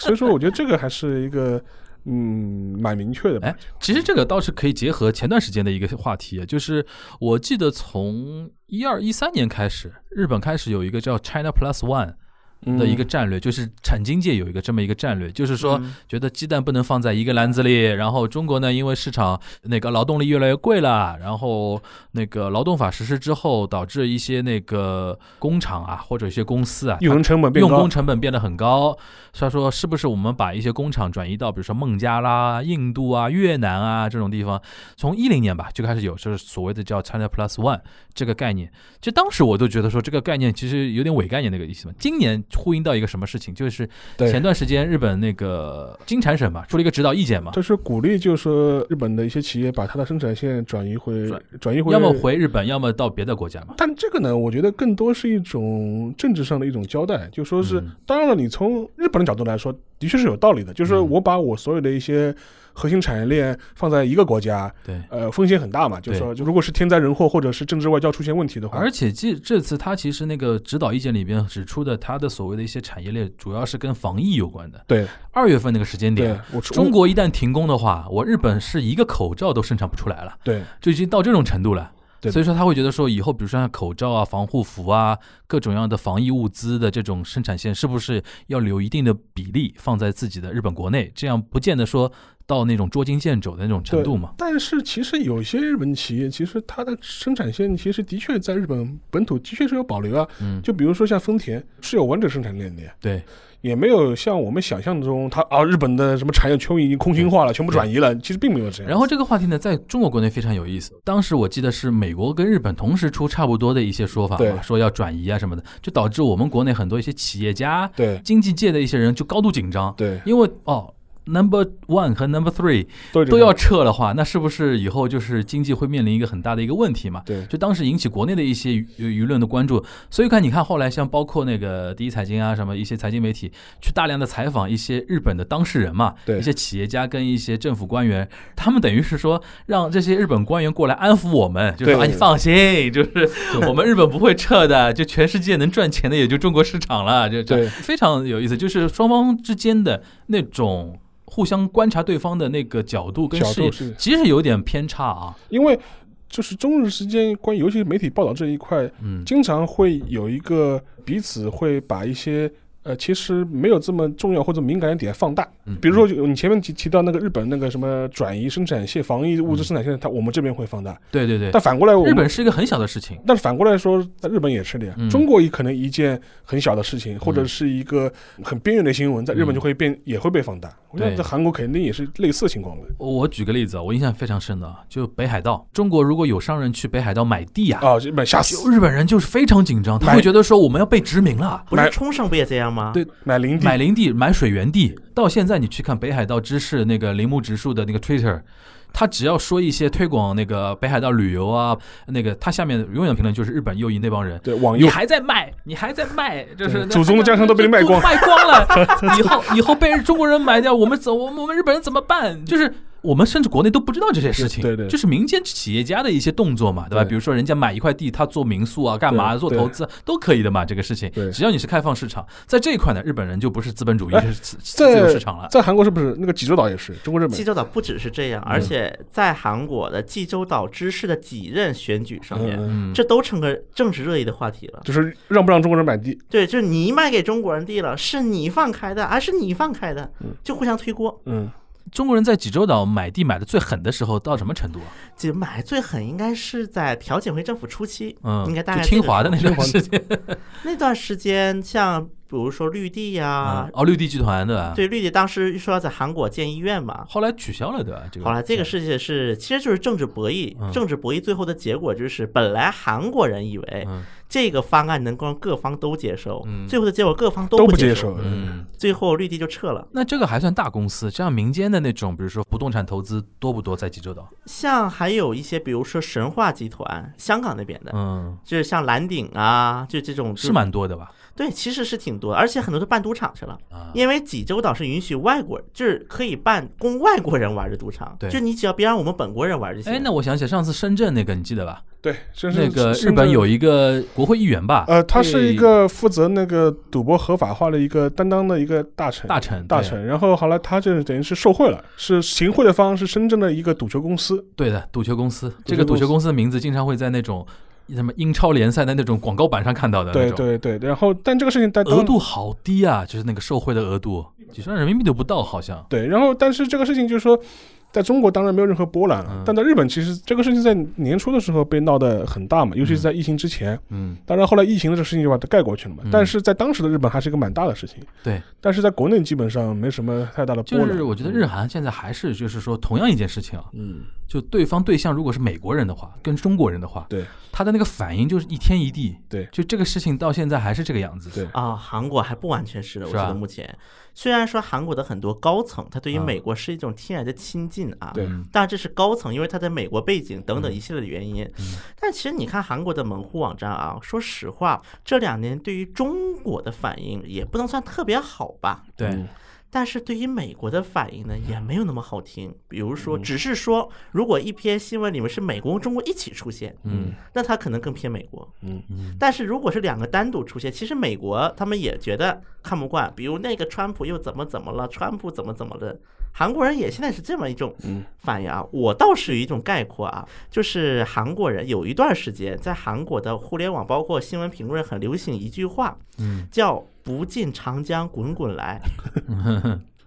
S3: 所以说我觉得这个还是一个嗯蛮明确的吧
S2: 哎。，其实这个倒是可以结合前段时间的一个话题，啊就是我记得从一二一三年开始，日本开始有一个叫 China Plus One 的一个战略，就是产经界有一个这么一个战略，就是
S4: 嗯
S2: 说觉得鸡蛋不能放在一个篮子里。然后中国呢，因为市场那个劳动力越来越贵了，然后那个劳动法实施之后，导致一些那个工厂啊或者一些公司啊，
S3: 用人成本变
S2: 用
S3: 高
S2: 工，成本变得很高。所以说，是不是我们把一些工厂转移到，比如说孟加拉、印度啊、越南啊这种地方？从一零年吧就开始有，就是所谓的叫 China Plus One 这个概念。其实当时我都觉得说这个概念其实有点伪概念那个意思嘛。今年呼应到一个什么事情，就是
S3: 对
S2: 前段时间日本那个金产省嘛出了一个指导意见嘛，
S3: 就是鼓励，就是说日本的一些企业把它的生产线转移回
S2: 转
S3: 转移回，
S2: 要么。回日本，要么到别的国家嘛。
S3: 但这个呢，我觉得更多是一种政治上的一种交代，就说是
S2: 嗯，
S3: 当然了，你从日本的角度来说，的确是有道理的。就是说
S2: 嗯
S3: 我把我所有的一些核心产业链放在一个国家，
S2: 对。
S3: 呃，风险很大嘛。就是说，就如果是天灾人祸或者是政治外交出现问题的话，
S2: 而且这这次他其实那个指导意见里边指出的，他的所谓的一些产业链主要是跟防疫有关的。
S3: 对
S2: 二月份那个时间
S3: 对
S2: 点，，
S3: 我
S2: 啊中
S3: 国
S2: 国一旦停工的话，我日本是一个口罩都生产不出来了，
S3: 对
S2: 就已经到这种程度了。
S3: 对
S2: 所以说他会觉得说，以后比如说像口罩啊、防护服啊、各种样的防疫物资的这种生产线，是不是要留一定的比例放在自己的日本国内？这样不见得说到那种捉襟见肘的那种程度嘛。
S3: 但是其实有些日本企业，其实它的生产线其实的确在日本本土的确是有保留啊。
S2: 嗯，
S3: 就比如说像丰田是有完整生产链的呀，
S2: 对，
S3: 也没有像我们想象中它啊日本的什么产业全部已经空心化了，全部转移了，其实并没有这样。
S2: 嗯然后这个话题呢，在中国国内非常有意思。当时我记得是美国跟日本同时出差不多的一些说法
S3: 对
S2: 嘛，说要转移啊什么的，就导致我们国内很多一些企业家、
S3: 对
S2: 经济界的一些人就高度紧张，
S3: 对
S2: 因为哦。Number one 和 Number three
S3: 都
S2: 都要撤的话，那是不是以后就是经济会面临一个很大的一个问题嘛？
S3: 对
S2: 就当时引起国内的一些舆舆论的关注，所以看你看后来像包括那个第一财经啊什么一些财经媒体去大量的采访一些日本的当事人嘛，
S3: 对
S2: 一些企业家跟一些政府官员，他们等于是说让这些日本官员过来安抚我们，就
S3: 对
S2: 是啊你放心，就是我们日本不会撤的，就全世界能赚钱的也就中国市场了，就这
S3: 对
S2: 样非常有意思，就是双方之间的那种。互相观察对方的那个角度跟
S3: 角
S2: 视
S3: 度
S2: 野
S3: 是，
S2: 其实有点偏差啊。
S3: 因为就是中日之间关于尤其是媒体报道这一块，
S2: 嗯，
S3: 经常会有一个彼此会把一些呃，其实没有这么重要或者敏感的点放大。
S2: 嗯
S3: 比如说，就你前面提提到那个日本那个什么转移生产线、防疫物资生产线，它我们这边会放大，
S2: 对对对，
S3: 但反过来我
S2: 日
S3: 们
S2: 本是一个很小的事情，
S3: 但是反过来说，在日本也是的呀。
S2: 嗯
S3: 中国也可能一件很小的事情，或者是一个很边缘的新闻，在日本就会变，也会被放大。我想
S2: 嗯对
S3: 在韩国肯定也是类似情况的。
S2: 我举个例子啊，我印象非常深的啊，就北海道，中国如果有商人去北海道买地啊，
S3: 啊，日本 吓
S2: 就
S3: 死，
S2: 日本人就是非常紧张，他会
S3: 买
S2: 觉得说我们要被殖民了。
S4: 不是
S3: 买
S4: 冲绳不也这样吗？
S2: 对
S3: 买林地
S2: 买林地，买水源地，到现在你去看北海道知识那个铃木植树的那个 Twitter，他只要说一些推广那个北海道旅游啊，那个他下面永远的评论就是日本右翼那帮人，
S3: 对网
S2: 你
S3: 友
S2: 还在卖，你还在卖，就是
S3: 对祖宗的江山都被你卖光
S2: 卖光了。以后 以后被中国人买掉，我们怎我们我们日本人怎么办？就是。我们甚至国内都不知道这些事情，
S3: 对对对
S2: 就是民间企业家的一些动作嘛，对吧？
S3: 对
S2: 比如说人家买一块地，他做民宿啊，干嘛
S3: 对
S2: 做投资都可以的嘛，这个事情，
S3: 对
S2: 只要你是开放市场，在这一块呢，日本人就不是资本主义，
S3: 哎
S2: 就是自自由
S3: 在
S2: 市场了。
S3: 在韩国是不是那个济州岛也是中国日
S4: 济
S3: 本？
S4: 州岛不只是
S2: 嗯
S4: 这样，而且在韩国的济州岛知事的几任选举上面，
S3: 嗯，
S2: 嗯，
S4: 这都成个政治热议的话题了。
S3: 就是让不让中国人买地？
S4: 对，就是你卖给中国人地了，是你放开的，啊，是你放开的，就互相推锅。
S3: 嗯，
S2: 中国人在济州岛买地买的最狠的时候到什么程度啊？
S4: 这买最狠应该是在朴槿惠政府初期，
S2: 嗯，
S4: 应该大
S2: 就
S4: 概
S2: 清华的那
S3: 清
S2: 段
S3: 华
S2: 时间，
S4: 那段时间，像比如说绿地呀、
S2: 嗯哦，绿地集团对吧？
S4: 啊对绿地当时说要在韩国建医院嘛，
S2: 后来取消了，对吧？这个
S4: 好了，这个事情是其实就是政治博弈
S2: 嗯，
S4: 政治博弈最后的结果就是，本来韩国人以为
S2: 嗯
S4: 这个方案能够让各方都接受
S2: 嗯，
S4: 最后的结果各方
S3: 都
S4: 不
S3: 接
S4: 受，
S2: 嗯，
S4: 最后绿地就撤了。
S2: 那这个还算大公司，像民间的那种，比如说不动产投资多不多在济州岛？
S4: 像还有一些，比如说神话集团，香港那边的，
S2: 嗯，
S4: 就是像蓝鼎啊，就这种
S2: 是？蛮多的吧？
S4: 对，其实是挺多的，而且很多都办赌场去了。
S2: 啊，
S3: 嗯
S4: 因为济州岛是允许外国，就是可以办供外国人玩的赌场，
S2: 对
S4: 就你只要别让我们本国人玩就行。
S2: 哎，那我想起来上次深圳那个，你记得吧？
S3: 对，深
S2: 那
S3: 圳
S2: 个
S3: 深
S2: 日本
S3: 圳
S2: 有一个国会议员吧？
S3: 呃，他是
S2: 对
S3: 一个负责那个赌博合法化的一个担当的一个大臣，
S2: 大臣，
S3: 大
S2: 对
S3: 臣。然后后来他这等于是受贿了，是行贿的方是深圳的一个赌球公司。
S2: 对的，赌球公司。
S3: 赌球
S2: 这个赌球
S3: 公司
S2: 公司的名字经常会在那种什么英超联赛的那种广告板上看到的那
S3: 对
S2: 种。
S3: 对对，然后但这个事情在
S2: 额
S3: 当
S2: 度好低啊，就是那个受贿的额度，几十万人民币都不到，好像。
S3: 对，然后但是这个事情就是说，在中国当然没有任何波澜啊，
S2: 嗯
S3: 但在日本其实这个事情在年初的时候被闹得很大嘛，尤其是在疫情之前。
S2: 嗯，
S3: 当然后来疫情的这个事情就把它盖过去了嘛，
S2: 嗯
S3: 但是在当时的日本还是一个蛮大的事情。
S2: 对，
S3: 但是在国内基本上没什么太大的
S2: 就
S3: 波澜。
S2: 是我觉得日韩现在还是就是说同样一件事情啊，
S3: 嗯，
S2: 就对方对象如果是美国人的话，跟中国人的话，
S3: 对
S2: 他的那个反应就是一天一地。
S3: 对
S2: 就这个事情到现在还是这个样子。
S3: 对
S4: 啊、韩国还不完全是的，我
S2: 是
S4: 觉
S2: 吧
S4: 得目前虽然说韩国的很多高层，他对于
S2: 嗯
S4: 美国是一种天然的亲近啊，
S3: 对
S2: 嗯
S4: 但这是高层，因为他在美国背景等等一系列的原因。
S2: 嗯
S4: 但其实你看韩国的门户网站啊，说实话，这两年对于中国的反应也不能算特别好吧，
S2: 对，
S3: 嗯
S4: 但是对于美国的反应呢，也没有那么好听。比如说，只是说，如果一篇新闻里面是美国跟中国一起出现，
S2: 嗯，
S4: 那它可能更偏美国。
S3: 嗯
S2: 嗯
S4: 但是如果是两个单独出现，其实美国他们也觉得看不惯，比如那个川普又怎么怎么了，川普怎么怎么了。韩国人也现在是这么一种
S2: 嗯
S4: 反应啊，我倒是有一种概括啊，就是韩国人有一段时间在韩国的互联网包括新闻评论很流行一句话，
S2: 嗯，
S4: 叫“不进长江滚滚 来”，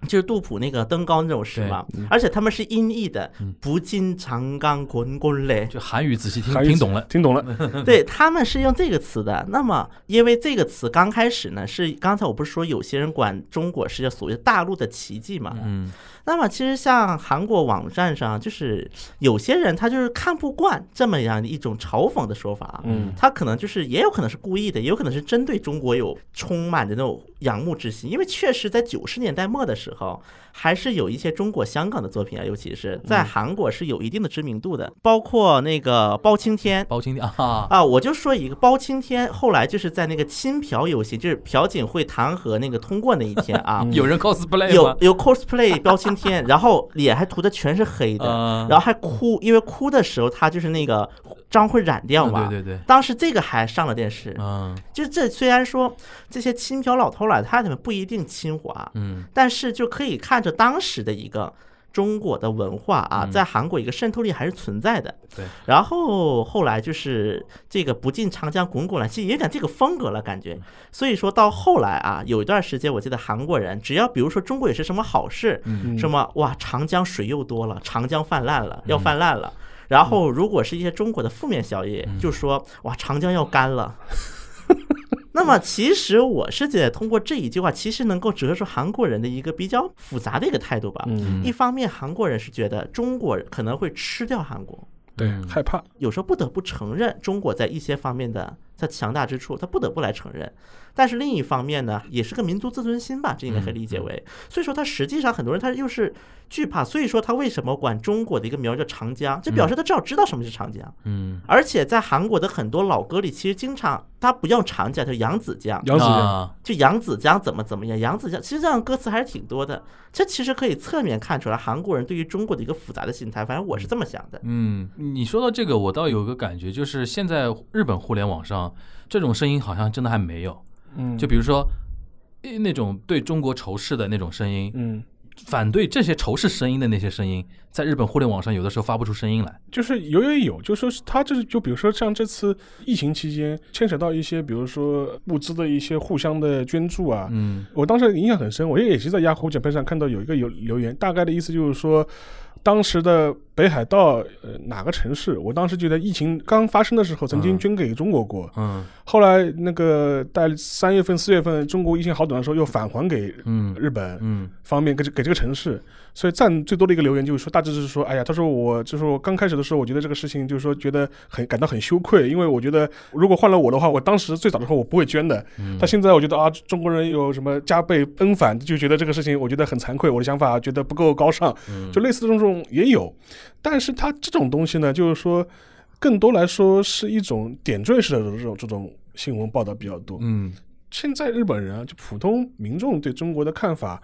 S4: 就是杜甫那个登高那首诗嘛。
S2: 嗯
S4: 而且他们是音译的“不进长江滚滚来
S2: 就韩语仔细听
S3: 韩语
S2: 听懂了。
S3: 听懂了，”，
S4: 对他们是用这个词的。那么，因为这个词刚开始呢，是刚才我不是说有些人管中国是叫所谓大陆的奇迹嘛？
S2: 嗯，
S4: 那么其实像韩国网站上，就是有些人他就是看不惯这么样一种嘲讽的说法，啊
S3: 嗯，
S4: 他可能就是也有可能是故意的，也有可能是针对中国有充满着那种仰慕之心，因为确实在九十年代末的时候，还是有一些中国香港的作品啊，尤其是在韩国是有一定的知名度的，包括那个包青天。
S2: 包青天啊，
S4: 啊，我就说一个包青天，后来就是在那个亲朴游行，就是朴槿惠弹劾那个通过那一天啊，
S3: 嗯
S2: 有人 cosplay
S4: 有
S2: 吗？
S4: 有 cosplay 包青 天，然后脸还涂的全是黑的，
S2: 啊
S4: 然后还哭，因为哭的时候他就是那个妆会染掉嘛。
S2: 嗯对对对
S4: 当时这个还上了电视，
S2: 嗯
S4: 就这虽然说这些亲朴老头老太太们不一定亲华，啊
S2: 嗯
S4: 但是就可以看着当时的一个中国的文化啊，
S2: 嗯
S4: 在韩国一个渗透力还是存在的。
S2: 对，
S4: 然后后来就是这个不进长江滚滚来，其实也有点这个风格了，感觉。
S2: 嗯
S4: 所以说到后来啊，有一段时间，我记得韩国人只要比如说中国也是什么好事，
S3: 嗯
S4: 什么哇，长江水又多了，长江泛滥了，要泛滥了。然后，如果是一些中国的负面效应，
S3: 嗯
S4: 就说哇，长江要 干了。那么，其实我是觉得通过这一句话，其实能够折射出韩国人的一个比较复杂的一个态度吧。
S3: 嗯，
S4: 一方面，韩国人是觉得中国人可能会吃掉韩国，
S3: 对，
S2: 嗯
S3: 害怕，
S2: 啊
S4: 有时候不得不承认中国在一些方面的它强大之处，它不得不来承认。但是另一方面呢，也是个民族自尊心吧，这应该可以理解为。所以说，他实际上很多人他又是惧怕，所以说他为什么管中国的一个名儿叫长江，这表示他至少知道什么是长江。
S2: 嗯，
S4: 而且在韩国的很多老歌里，其实经常他不用长江，叫扬子江。
S3: 杨子人，
S2: 啊
S4: 就扬子江怎么怎么样，扬子江其实这样的歌词还是挺多的，这其实可以侧面看出来韩国人对于中国的一个复杂的心态。反正我是这么想的。
S2: 嗯，你说到这个，我倒有个感觉，就是现在日本互联网上这种声音好像真的还没有。
S3: 嗯，
S2: 就比如说呃那种对中国仇视的那种声音，
S3: 嗯，
S2: 反对这些仇视声音的那些声音，在日本互联网上有的时候发不出声音来。
S3: 就是有也有，就说是他这就比如说像这次疫情期间牵扯到一些，比如说物资的一些互相的捐助啊，
S2: 嗯
S3: 我当时印象很深，我也是在雅虎简配上看到有一个有留言，大概的意思就是说，当时的北海道呃哪个城市，我当时觉得疫情刚发生的时候，曾经
S2: 嗯
S3: 捐给中国过，
S2: 嗯
S3: 后来那个在三月份、四月份中国疫情好转的时候，又返还给
S2: 嗯
S3: 日本。
S2: 嗯
S3: 方面给这给这个城市，所以赞最多的一个留言就是说，大致是说，哎呀，他说我就是我刚开始的时候，我觉得这个事情就是说觉得很感到很羞愧，因为我觉得如果换了我的话，我当时最早的时候我不会捐的，
S2: 嗯
S3: 但现在我觉得啊，中国人有什么加倍恩返，就觉得这个事情我觉得很惭愧，我的想法觉得不够高尚，
S2: 嗯
S3: 就类似的这种也有，但是它这种东西呢，就是说更多来说是一种点缀式的这种这种新闻报道比较多，
S2: 嗯
S3: 现在日本人啊，就普通民众对中国的看法，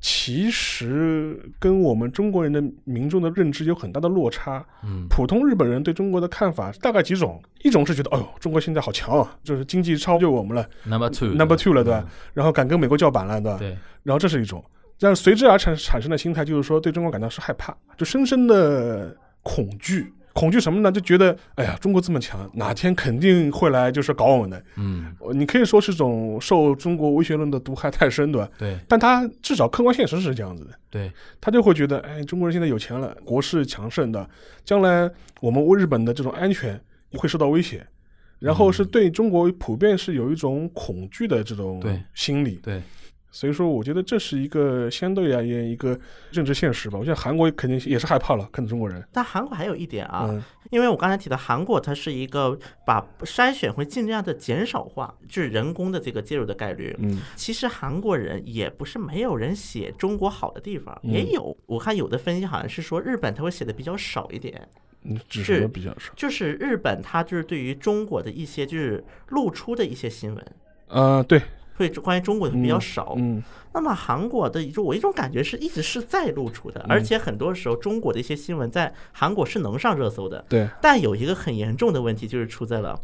S3: 其实跟我们中国人的民众的认知有很大的落差。
S2: 嗯
S3: 普通日本人对中国的看法大概几种，一种是觉得，哎呦，中国现在好强啊，就是经济超越我们了
S2: ，Number Two
S3: ，number two 了，对吧？然后敢跟美国叫板了，对吧？
S2: 对，
S3: 然后这是一种，但随之而产产生的心态就是说，对中国感到是害怕，就深深的恐惧。恐惧什么呢？就觉得，哎呀，中国这么强，哪天肯定会来就是搞我们的。
S2: 嗯
S3: 呃你可以说是种受中国威权论的毒害太深，对吧？
S2: 对
S3: 但他至少客观现实是这样子的，
S2: 对，
S3: 他就会觉得，哎，中国人现在有钱了，国势强盛的，将来我们日本的这种安全会受到威胁，然后
S2: 嗯
S3: 是对中国普遍是有一种恐惧的这种
S2: 对
S3: 心理，
S2: 对，
S3: 所以说我觉得这是一个相对而言一个认知现实吧。我觉得韩国肯定也是害怕了，看着中国人，
S4: 但韩国还有一点啊，
S3: 嗯
S4: 因为我刚才提到韩国，它是一个把筛选会尽量的减少化，就是人工的这个介入的概率。
S3: 嗯
S4: 其实韩国人也不是没有人写中国好的地方，
S3: 嗯
S4: 也有。我看有的分析好像是说日本它会写的比较少一点，
S3: 嗯，只
S4: 是
S3: 是比较少，
S4: 就是日本它就是对于中国的一些就是露出的一些新闻。
S3: 呃，对，
S4: 会关于中国的比较
S2: 哦
S4: 少，
S3: 嗯
S4: 那么韩国的就我一种感觉是一直是在露出
S3: 嗯
S4: 的，而且很多时候中国的一些新闻在韩国是能上热搜的，
S2: 哦
S3: 对，
S4: 但有一个很严重的问题，就是出在了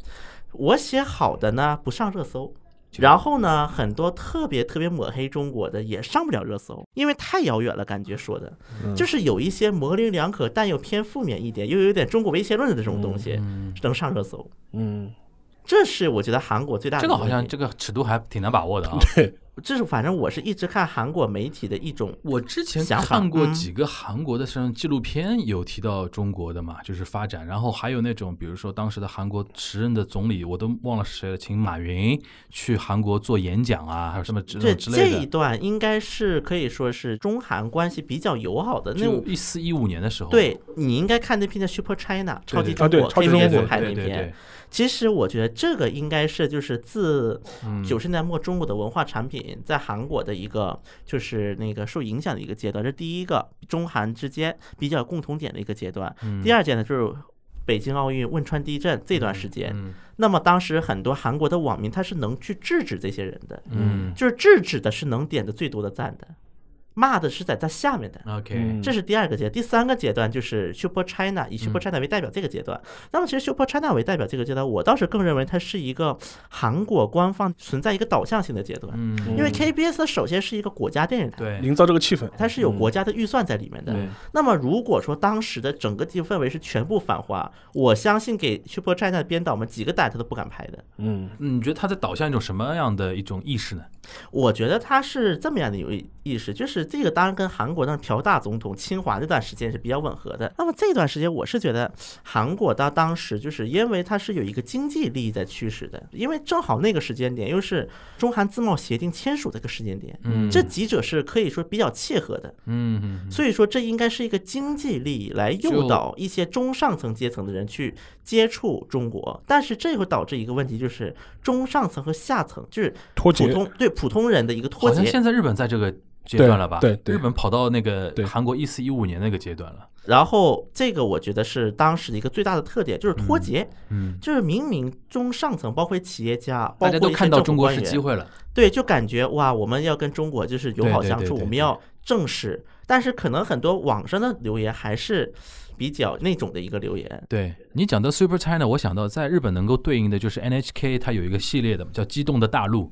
S4: 我写好的呢不上热搜，然后呢很多特别特别抹黑中国的也上不了热搜，因为太遥远了，感觉说的，
S2: 嗯
S4: 就是有一些模棱两可，但又偏负面一点，又有点中国威胁论的这种东西
S2: 嗯
S4: 能上热搜，
S3: 嗯，
S4: 这是我觉得韩国最大的
S2: 这
S4: 一
S2: 个好像
S4: 问题
S2: 这个尺度还挺难把握的啊。
S3: 对，
S4: 这是反正我是一直看韩国媒体的一种
S2: 我之前
S4: 想法
S2: 看过
S4: 嗯
S2: 几个韩国的像纪录片，有提到中国的嘛，就是发展，然后还有那种，比如说当时的韩国时任的总理，我都忘了是谁了，请马云去韩国做演讲啊，还有什么之
S4: 对
S2: 类之
S4: 这
S2: 类
S4: 一
S2: 的。
S4: 段应该是可以说是中韩关系比较友好的那
S2: 就一四一五年的时候，
S4: 对你应该看那篇叫《Super China》超
S2: 哦对
S4: 级中
S3: 啊对
S4: 国
S3: 超级中
S4: KBS
S3: 国
S4: 拍那
S2: 对对
S4: 篇
S2: 对。，
S4: 其实我觉得这个应该是就是自
S2: 嗯
S4: 九十年代末中国的文化产品在韩国的一个就是那个受影响的一个阶段，这是第一个中韩之间比较有共同点的一个阶段。
S2: 嗯
S4: 第二件呢就是。北京奥运汶川地震这段时间，
S2: 嗯
S4: 那么当时很多韩国的网民他是能去制止这些人的，
S2: 嗯
S4: 就是制止的是能点的最多的赞的，骂的是在它下面的。
S2: OK，
S3: 嗯
S4: 这是第二个阶段，第三个阶段就是 Super China，以
S2: 嗯
S4: Super China 为代表这个阶段。那么，其实 Super China 为代表这个阶段，我倒是更认为它是一个韩国官方存在一个导向性的阶段，
S2: 嗯，
S4: 因为 KBS 它首先是一个国家电视台，
S2: 对嗯
S3: 营造这个气氛。
S4: 它是有国家的预算在里面的。
S2: 对，
S4: 那么，如果说当时的整个地氛围是全部反华，我相信给 Super China 的编导们几个胆他都不敢拍的。
S3: 嗯
S2: 嗯你觉得他在导向一种什么样的一种意识呢？
S4: 我觉得他是这么样的有意意识，就是这个当然跟韩国当时朴大总统侵华那段时间是比较吻合的。那么这段时间，我是觉得韩国到当时就是因为它是有一个经济利益在驱使的，因为正好那个时间点又是中韩自贸协定签署的一个时间点，
S2: 嗯，
S4: 这几者是可以说比较切合的。
S2: 嗯嗯
S4: 所以说，这应该是一个经济利益来
S2: 就
S4: 诱导一些中上层阶层的人去接触中国，但是这会导致一个问题，就是中上层和下层，就是
S3: 脱节
S4: 普通对普通人的一个脱
S2: 好像
S4: 节。
S2: 现在日本在这个阶
S3: 对
S2: 段了吧？
S3: 对对
S2: 日本跑到那个
S3: 对
S2: 韩国一四一五年那个阶段了。
S4: 然后这个我觉得是当时的一个最大的特点，就是脱节，
S2: 嗯，
S4: 就是明明中上层包括企业家，包
S2: 大
S4: 括
S2: 家都
S4: 一些
S2: 看到
S4: 政府
S2: 中国
S4: 官
S2: 是
S4: 员
S2: 机，会了。
S4: 对，就感觉哇，我们要跟中国就是友好
S2: 对对
S4: 相
S2: 对
S4: 处，
S2: 对
S4: 我们
S2: 对
S4: 要正视，但是可能很多网上的留言还是比较那种的一个留言。
S2: 对你讲到 Super China，我想到在日本能够对应的就是 NHK，它有一个系列的嘛叫《激动的大陆》，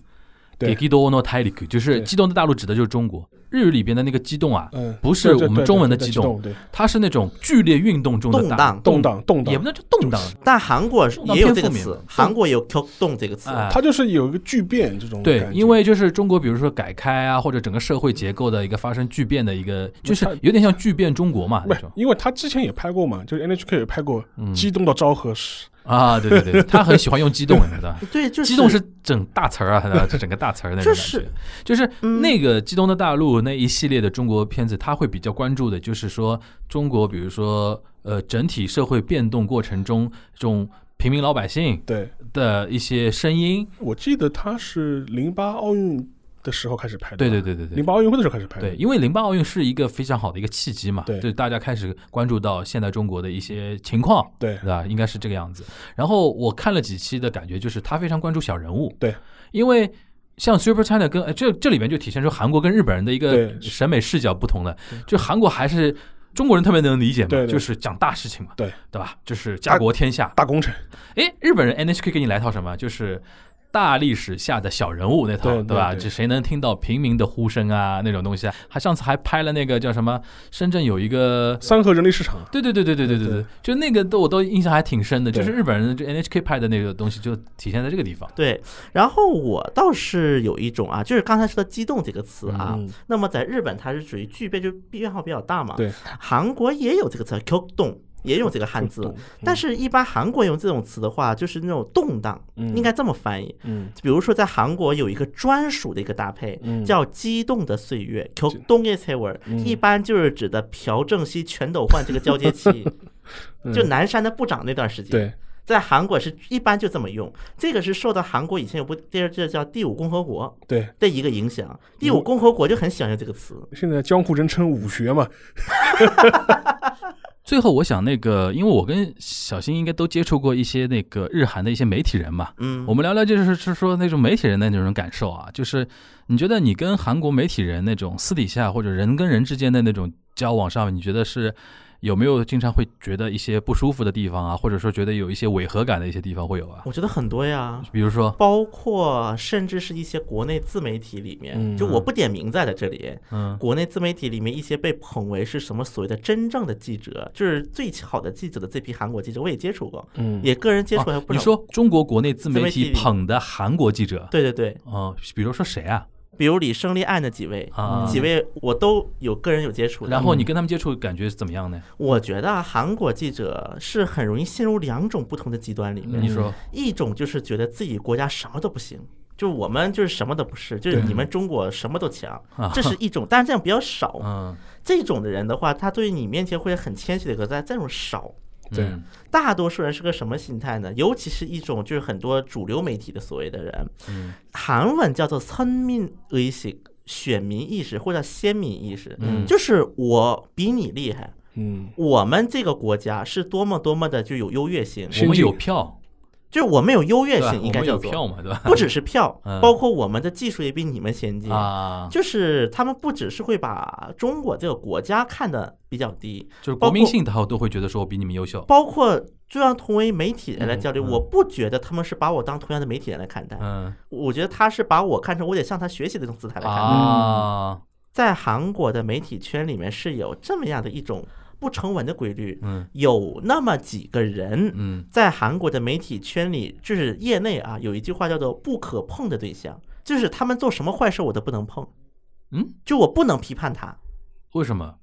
S3: 对
S2: 激动 no t a i 就是
S3: 对
S2: 激动的大陆指的就是中国。日语里边的那个激动啊，
S3: 嗯，
S2: 不是
S3: 对对
S2: 我们
S3: 对
S2: 中文
S3: 对
S2: 的
S3: 对
S2: 激
S3: 激
S2: 动，
S3: 对，
S2: 它是那种剧烈运动中的
S4: 动
S2: 大，
S4: 荡，
S3: 动荡动
S2: 也
S3: 荡
S2: 不，能叫动荡，
S4: 但韩国也有这
S2: 偏
S4: 个
S2: 负面
S4: 词
S2: 的，
S4: 韩国有 “q 动”这个词。
S2: 哎
S3: 它就是有一个巨变这种感
S2: 对
S3: 觉。，
S2: 因为就是中国，比如说改开啊，或者整个社会结构的一个发生巨变的一个，就是有点像巨变中国嘛
S3: 不
S2: 那
S3: 是
S2: 种，嗯
S3: 因为他之前也拍过嘛，就是 NHK 也拍过《激动到昭和时》
S2: 啊，对对对，他很喜欢用激动，你知道吧。
S4: 对，就是
S2: 激动是整大词儿啊， 这整个大词儿那种感
S4: 就是
S2: 觉，就是
S3: 嗯
S2: 那个《激动的大陆》那一系列的中国片子，他会比较关注的，就是说中国，比如说呃，整体社会变动过程中，这种平民老百姓
S3: 对，
S2: 的一些声音，
S3: 我记得他是零八奥运的时候开始拍的吧。
S2: 对对对对对
S3: 零，八奥运会的时候开始拍的。
S2: 对，因为零八奥运是一个非常好的一个契机嘛，
S3: 对
S2: 就大家开始关注到现代中国的一些情况，
S3: 对
S2: 对吧？应该是这个样子。然后我看了几期的感觉，就是他非常关注小人物，
S3: 对，
S2: 因为。像 Super China 跟、哎这这里面就体现出韩国跟日本人的一个
S3: 对是
S2: 审美视角不同的，就韩国还是中国人特别能理解嘛，
S3: 对对
S2: 就是讲大事情嘛，
S3: 对
S2: 对吧？就是家国天下。
S3: 大工程，
S2: 哎，日本人 NHK 给你来套什么？就是大历史下的小人物那套，
S3: 对对
S2: 吧？
S3: 对
S2: 这谁能听到平民的呼声啊？那种东西啊，还上次还拍了那个叫什么？深圳有一个。
S3: 三和人力市场。
S2: 对对对对对对对对，就那个都我都印象还挺深的，就
S3: 对
S2: 是日本人就 NHK 拍的那个东西，就体现在这个地方。
S4: 对，然后我倒是有一种啊，就是刚才说的“激动”这个词啊，
S3: 嗯
S4: 那么在日本它是属于具备，就是变化比较大嘛。
S3: 对，
S4: 韩国也有这个词 “q 动”，也有这个汉字
S3: 动，
S4: 但是一般韩国用这种词的话，就是那种动荡，
S3: 嗯
S4: 应该这么翻译。
S3: 嗯，
S4: 比如说，在韩国有一个专属的一个搭配，
S3: 嗯
S4: 叫“激动的岁月 ”（Q 动的岁月），一般就是指的朴正熙全斗焕这个交 接期，就南山的部长那段时间。
S3: 嗯对，
S4: 在韩国是一般就这么用，这个是受到韩国以前有部电视剧叫《第五共和国
S3: 对。》
S4: 的一个影响，《第五共和国》就很喜欢用这个词。
S3: 现在江湖人称武学嘛，
S2: 最后，我想那个，因为我跟小新应该都接触过一些那个日韩的一些媒体人嘛，
S4: 嗯，
S2: 我们聊聊就是是说那种媒体人的那种感受啊，就是你觉得你跟韩国媒体人那种私底下或者人跟人之间的那种交往上面，你觉得是有没有经常会觉得一些不舒服的地方啊，或者说觉得有一些违和感的一些地方会有啊？
S4: 我觉得很多呀，
S2: 比如说，
S4: 包括甚至是一些国内自媒体里面，就我不点名在在这里，
S2: 嗯
S4: 国内自媒体里面一些被捧为是什么所谓的真正的记者，就是最好的记者的这批韩国记者，我也接触过，
S3: 嗯
S4: 也个人接触还有
S2: 啊
S4: 不
S2: 你
S4: 少。
S2: 说中国国内自媒
S4: 自媒体
S2: 体
S4: 里
S2: 捧的韩国记者，
S4: 对对对，
S2: 嗯，比如说谁啊？
S4: 比如李胜利案的几位
S2: 啊，
S4: 嗯几位我都有个人有接触的。
S2: 然后你跟他们接触感觉是怎么样呢？
S4: 我觉得啊，韩国记者是很容易陷入两种不同的极端里面。
S2: 嗯你说，
S4: 一种就是觉得自己国家什么都不行，就是我们就是什么都不是，就是
S3: 对
S4: 你
S2: 嗯
S4: 们中国什么都强
S2: 啊，
S4: 这是一种。但是这样比较 少。
S2: 嗯，
S4: 这种的人的话，他对你面前会很谦虚的一个，但这种少。
S3: 对
S2: 嗯
S4: 大多数人是个什么心态呢？尤其是一种就是很多主流媒体的所谓的人，
S2: 嗯
S4: 韩文叫做선민의식，选民意识或者先民意识，
S2: 嗯
S4: 就是我比你厉害。
S3: 嗯，
S4: 我们这个国家是多么多么的就有优越性，
S2: 我
S3: 先
S2: 们
S3: 进
S2: 有票，
S4: 就是我们有优越
S2: 对吧啊
S4: 性，应
S2: 我
S4: 该
S2: 们
S4: 叫
S2: 有
S4: 做
S2: 票嘛，对吧？
S4: 不只是票
S2: 嗯，
S4: 包括我们的技术也比你们先进。
S2: 啊，
S4: 就是他们不只是会把中国这个国家看得比较低，
S2: 就是
S4: 包
S2: 国民
S4: 括
S2: 性，他都会觉得说我比你们优秀。
S4: 包括就让同为媒体人来交流，
S2: 嗯嗯
S4: 我不觉得他们是把我当同样的媒体人来看待，
S2: 嗯
S4: 我觉得他是把我看成我得向他学习的这种姿态来看待。
S2: 啊，
S4: 在韩国的媒体圈里面是有这么样的一种不成文的规律，
S2: 嗯
S4: 有那么几个人
S2: 嗯
S4: 在韩国的媒体圈里，就是业内啊，有一句话叫做“不可碰的对象”，就是他们做什么坏事我都不能碰，
S2: 嗯，
S4: 就我不能批判他。
S2: 为什么？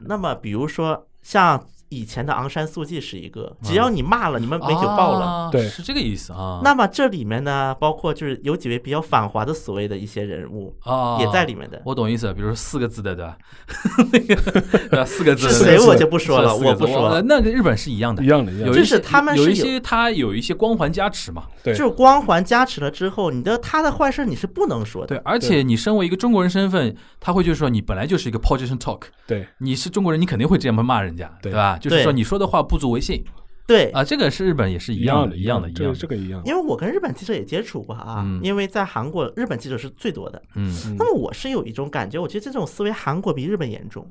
S4: 那么比如说像以前的昂山素季是一个，
S2: 嗯
S4: 只要你骂了，你们媒体就爆了。
S2: 啊
S3: 对
S2: 是这个意思啊。
S4: 那么这里面呢，包括就是有几位比较反华的所谓的一些人物
S2: 啊
S4: 也在里面的。
S2: 我懂意思，比如说四个字的，对吧？ 那 个对吧四个字
S4: 是
S2: 的
S4: 谁
S2: 对
S4: 我就不说了，
S2: 四个
S4: 我
S2: 字
S4: 不说了
S2: 呃。那跟日本是一样的
S3: 嗯一，样的，一样
S2: 有
S3: 的。
S2: 一
S4: 就
S2: 些
S4: 是他们
S2: 有
S4: 是
S2: 一
S4: 有
S2: 些它有一些光环加持嘛，
S3: 对
S4: 就是光环加持了之后，你的他的坏事你是不能说的。
S2: 对，而且你身为一个中国人身份，他会就是说你本来就是一个 position talk，
S3: 对，
S2: 你是中国人，你肯定会这样骂人家，
S3: 对
S2: 对吧？就是说你说的话不足为信
S4: 对
S2: 啊，这个是日本也是一样
S3: 样
S2: 的，一
S3: 一
S2: 样
S3: 的，
S2: 的，一
S3: 这
S2: 样
S3: 个这
S2: 的，
S3: 个一样的。
S4: 因为我跟日本记者也接触过啊，
S2: 嗯
S4: 因为在韩国日本记者是最多的。
S2: 嗯，
S3: 嗯
S4: 那么我是有一种感觉，我觉得这种思维韩国比日本严重。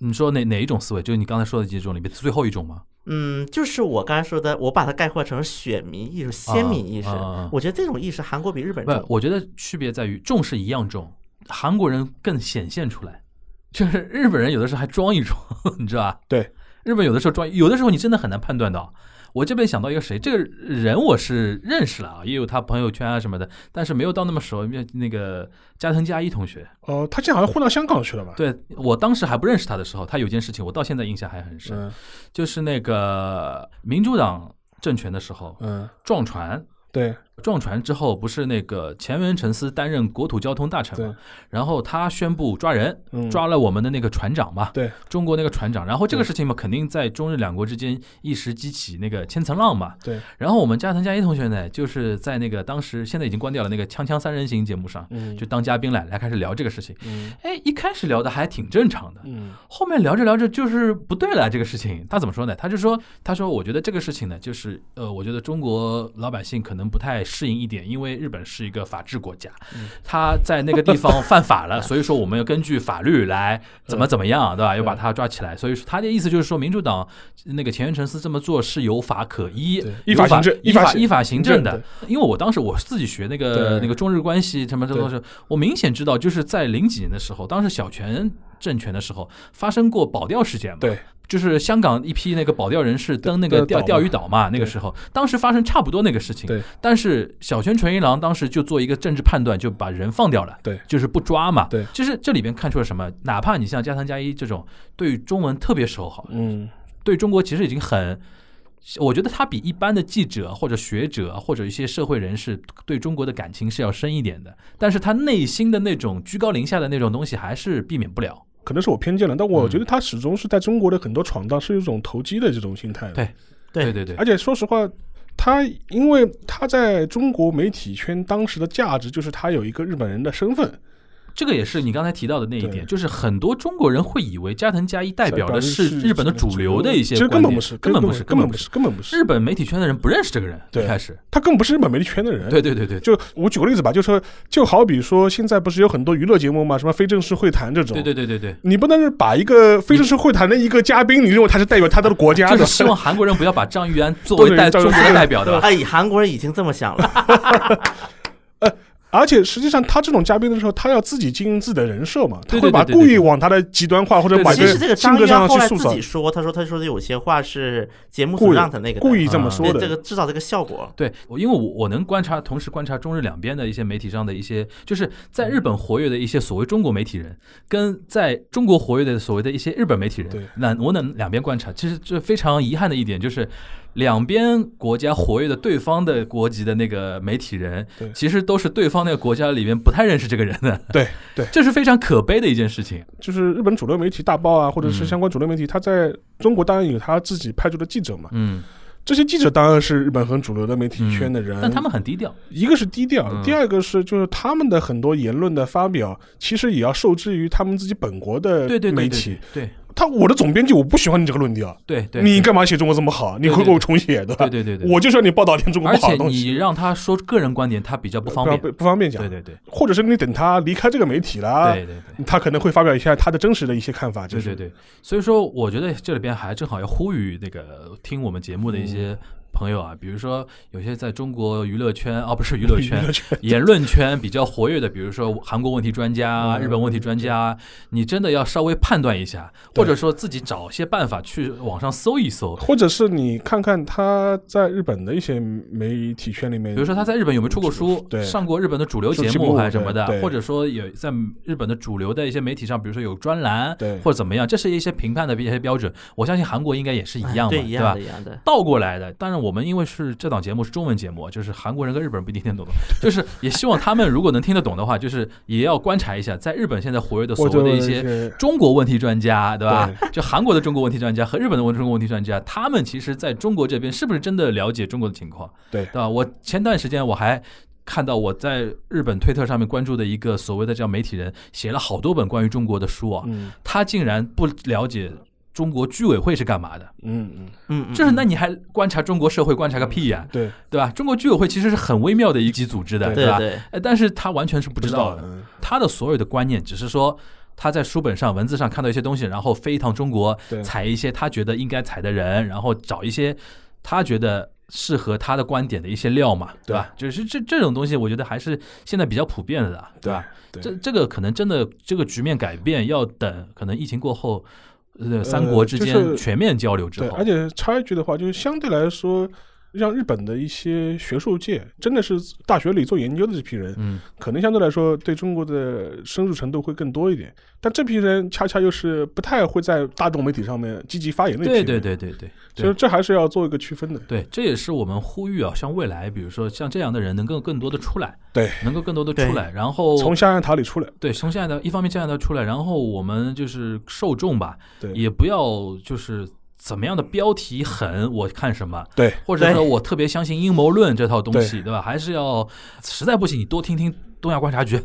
S2: 你说哪哪一种思维？就是你刚才说的几种里面最后一种吗？
S4: 嗯，就是我刚才说的，我把它概括成选民意识、先民意识。
S2: 啊啊啊
S4: 我觉得这种意识韩国比日本
S2: 不
S4: 重，。
S2: 我觉得区别在于重是一样重，韩国人更显现出来，就是日本人有的时候还装一装， 你知道吧？
S3: 对，
S2: 日本有的时候装，有的时候你真的很难判断到。我这边想到一个谁，这个人我是认识了啊，也有他朋友圈啊什么的，但是没有到那么熟。那个加藤加一同学，
S3: 哦，他现在好像混到香港去了吧？
S2: 对我当时还不认识他的时候，他有件事情我到现在印象还很深，
S3: 嗯
S2: 就是那个民主党政权的时候
S3: 嗯，
S2: 撞船，
S3: 对
S2: 撞船之后，不是那个前文成司担任国土交通大臣
S3: 对
S2: 嘛？然后他宣布抓人，
S3: 嗯
S2: 抓了我们的那个船长嘛，
S3: 对，
S2: 中国那个船长。然后这个
S3: 对
S2: 事情嘛，肯定在中日两国之间一时激起那个千层浪嘛。
S3: 对，
S2: 然后我们加藤加一同学呢，就是在那个当时现在已经关掉了那个《锵锵三人行》节目上，
S3: 嗯
S2: 就当嘉宾来来开始聊这个事情。
S3: 嗯
S2: 哎，一开始聊的还挺正常的，
S3: 嗯
S2: 后面聊着聊着就是不对了，这个事情他怎么说呢？他就说，他说我觉得这个事情呢，就是呃，我觉得中国老百姓可能不太适应一点，因为日本是一个法治国家，
S3: 嗯
S2: 他在那个地方犯法 了，所以说我们要根据法律来怎么
S3: 嗯
S2: 怎么样，对吧？要把他抓起来。所以说他的意思就是说，民主党那个前原诚司这么做是有法可依
S3: 对，
S2: 有
S3: 依法行政
S2: 依
S3: 依法
S2: 法
S3: 行
S2: 依法行政的
S3: 行。
S2: 因为我当时我自己学那个
S3: 对
S2: 那个中日关系什么这东西，我明显知道，就是在零几年的时候，当时小泉政权的时候发生过保钓事件嘛。
S3: 对。
S2: 就是香港一批那个保钓人士登那个
S3: 登
S2: 钓
S3: 岛嘛
S2: 钓鱼岛嘛，那个
S3: 对
S2: 时候当时发生差不多那个事情，
S3: 对
S2: 但是小泉纯一郎当时就做一个政治判断，就把人放掉了，
S3: 对
S2: 就是不抓嘛，
S3: 对
S2: 就是这里边看出了什么？哪怕你像加藤加一这种对中文特别熟好，
S3: 嗯
S2: 对中国其实已经很。我觉得他比一般的记者或者学者或者一些社会人士对中国的感情是要深一点的，但是他内心的那种居高临下的那种东西还是避免不了。
S3: 可能是我偏见了，但我
S2: 嗯
S3: 觉得他始终是在中国的很多闯荡是一种投机的这种心态的。
S2: 对对对对
S3: 而，且说实话，他因为他在中国媒体圈当时的价值就是他有一个日本人的身份，
S2: 这个也是你刚才提到的那一
S3: 对
S2: 点，就是很多中国人会以为加藤加一代表的是日本的主流的一些
S3: 其实
S2: 观
S3: 根本
S2: 点，
S3: 不是，
S2: 根本不
S3: 不
S2: 是，
S3: 根
S2: 本
S3: 不
S2: 是。
S3: 是，根本不是，
S2: 日本媒体圈的人不认识这个人，
S3: 对
S2: 一开始，
S3: 他更不是日本媒体圈的人。
S2: 对。对对对，
S3: 就我举个例子吧，就是说就好比说，现在不是有很多娱乐节目嘛，什么非正式会谈这种。
S2: 对对对对对，
S3: 你不能把一个非正式会谈的一个嘉宾，你认为他是代表他的国家
S2: 就
S3: 的
S2: 是，希望韩国人不要把张玉安作为代
S3: 对
S2: 中
S3: 对
S2: 国的代表 的吧？
S4: 哎，韩国人已经这么想了，
S3: 而且实际上他这种嘉宾的时候，他要自己经营自己的人设嘛，他
S2: 对对
S3: 会把
S2: 对对对
S3: 故意往他的极端化或者
S2: 对
S3: 把
S4: 其实这个
S3: 性
S4: 张
S3: 格
S4: 一
S3: 上
S4: 安后
S3: 去
S4: 来
S3: 塑
S4: 自
S3: 造
S4: 己，说，他说他说的有些话是节目
S3: 故
S4: 组
S3: 意
S4: 让他那个的
S3: 故意这
S2: 啊
S3: 么说
S4: 对
S3: 的。
S4: 这个制造这个效果。
S2: 对，我因为我我能观察，同时观察中日两边的一些媒体上的一些，就是在日本活跃的一些所谓中国媒体人，跟在中国活跃的所谓的一些日本媒体
S3: 对
S2: 人，那我能两边观察，其实这非常遗憾的一点就是，两边国家活跃的对方的国籍的那个媒体人
S3: 对，
S2: 其实都是对方那个国家里面不太认识这个人的，
S3: 对对，
S2: 这是非常可悲的一件事情。
S3: 就是日本主流媒体大报啊，或者是
S2: 嗯
S3: 相关主流媒体，他在中国当然有他自己派出的记者嘛。
S2: 嗯，
S3: 这些记者当然是日本很主流的媒体圈的人，
S2: 但他们很低调。
S3: 一个是低调，
S2: 嗯
S3: 第二个是就是他们的很多言论的发表，其实也要受制于他们自己本国的
S2: 对对对
S3: 呃媒
S2: 对
S3: 体。
S2: 对，
S3: 他我的总编辑我不喜欢你这个论调，
S2: 对对，
S3: 你干嘛写中国这么好？你
S2: 对
S3: 会
S2: 对
S3: 给我重写的？
S2: 对对对对，
S3: 我就说你报道点中国
S2: 而
S3: 不好
S2: 且
S3: 的东
S2: 你
S3: 西，呃
S2: 让他说个人观点，他比较不方便。
S3: 不不方便讲
S2: 对。对对
S3: 或者是你等他离开这个媒体了，
S2: 对对对。
S3: 他可能会发表一下他的真实的一些看法。就
S2: 对
S3: 是
S2: 对对，所以说我觉得这里边还正好要呼吁那个听我们节目的一些朋友啊，比如说有些在中国娱乐圈啊，不是娱乐圈，言论圈比较活跃的，比如说韩国问题专家啊、日本问题专家啊，你真的要稍微判断一下，或者说自己找些办法去网上搜一搜，
S3: 或者是你看看他在日本的一些媒体圈里面，
S2: 比如说他在日本有没有出过书，
S3: 对
S2: 上过日本的主流
S3: 就
S2: 节
S3: 节
S2: 目
S3: 目
S2: 还是什么的
S3: 对，对
S2: 或者说有在日本的主流的一些媒体上，比如说有专栏，
S3: 对
S2: 或者怎么样，这是一些评判的一些标准。我相信韩国应该也是一
S4: 哎
S2: 样嘛，
S4: 对一
S2: 对
S4: 样
S2: 吧
S4: 的，？一样的。
S2: 倒过来的，当然我们因为是这档节目是中文节目，就是韩国人跟日本人不一定听得懂，就是也希望他们如果能听得懂的话，就是也要观察一下，在日本现在活跃的所
S3: 或者
S2: 谓的一些中国问题专家，对吧？就韩国的中国问题专家和日本的中国问题专家，他们其实在中国这边是不是真的了解中国的情况？
S3: 对
S2: 对吧？我前段时间我还。看到我在日本推特上面关注的一个所谓的叫媒体人，写了好多本关于中国的书啊，
S3: 嗯
S2: 他竟然不了解中国居委会是干嘛的，
S3: 嗯嗯，
S4: 嗯，嗯
S2: 就是那
S4: 嗯
S2: 你还观察中国社会观察个屁呀、
S3: 对，
S2: 对吧？中国居委会其实是很微妙的一级组织的，
S3: 对
S4: 对
S2: 吧？
S4: 对，
S2: 哎，但是他完全是不知道的，
S3: 嗯
S2: 他的所有的观念只是说他在书本上、文字上看到一些东西，然后飞一趟中国，
S3: 对
S2: 踩一些他觉得应该踩的人，然后找一些他觉得适合他的观点的一些料嘛，对吧？就是这这种东西，我觉得还是现在比较普遍的啦，对吧？
S3: 对
S2: 这这个可能真的这个局面改变要等可能疫情过后，呃，三国之
S3: 就
S2: 间
S3: 是
S2: 全面交流之
S3: 对，
S2: 后，
S3: 而且插一句的话，就是相对来说，让日本的一些学术界，真的是大学里做研究的这批人，
S2: 嗯，
S3: 可能相对来说对中国的深入程度会更多一点。但这批人恰恰又是不太会在大众媒体上面积极发言的一批
S2: 对
S3: 人，
S2: 对对对对，
S3: 所以这还是要做一个区分的。
S2: 对，这也是我们呼吁啊，像未来，比如说像这样的人能够更多的出来，
S3: 对，
S2: 能够更多的出来，然后
S3: 从象牙塔里出来，
S2: 对从现在的一方面这样的出来，然后我们就是受众吧，
S3: 对
S2: 也不要就是怎么样的标题狠，我看什么。
S3: 对
S2: 或者
S4: 对
S2: 说我特别相信阴谋论这套东
S3: 对
S2: 西，对吧？还是要实在不行，你多听听东亚观察 局。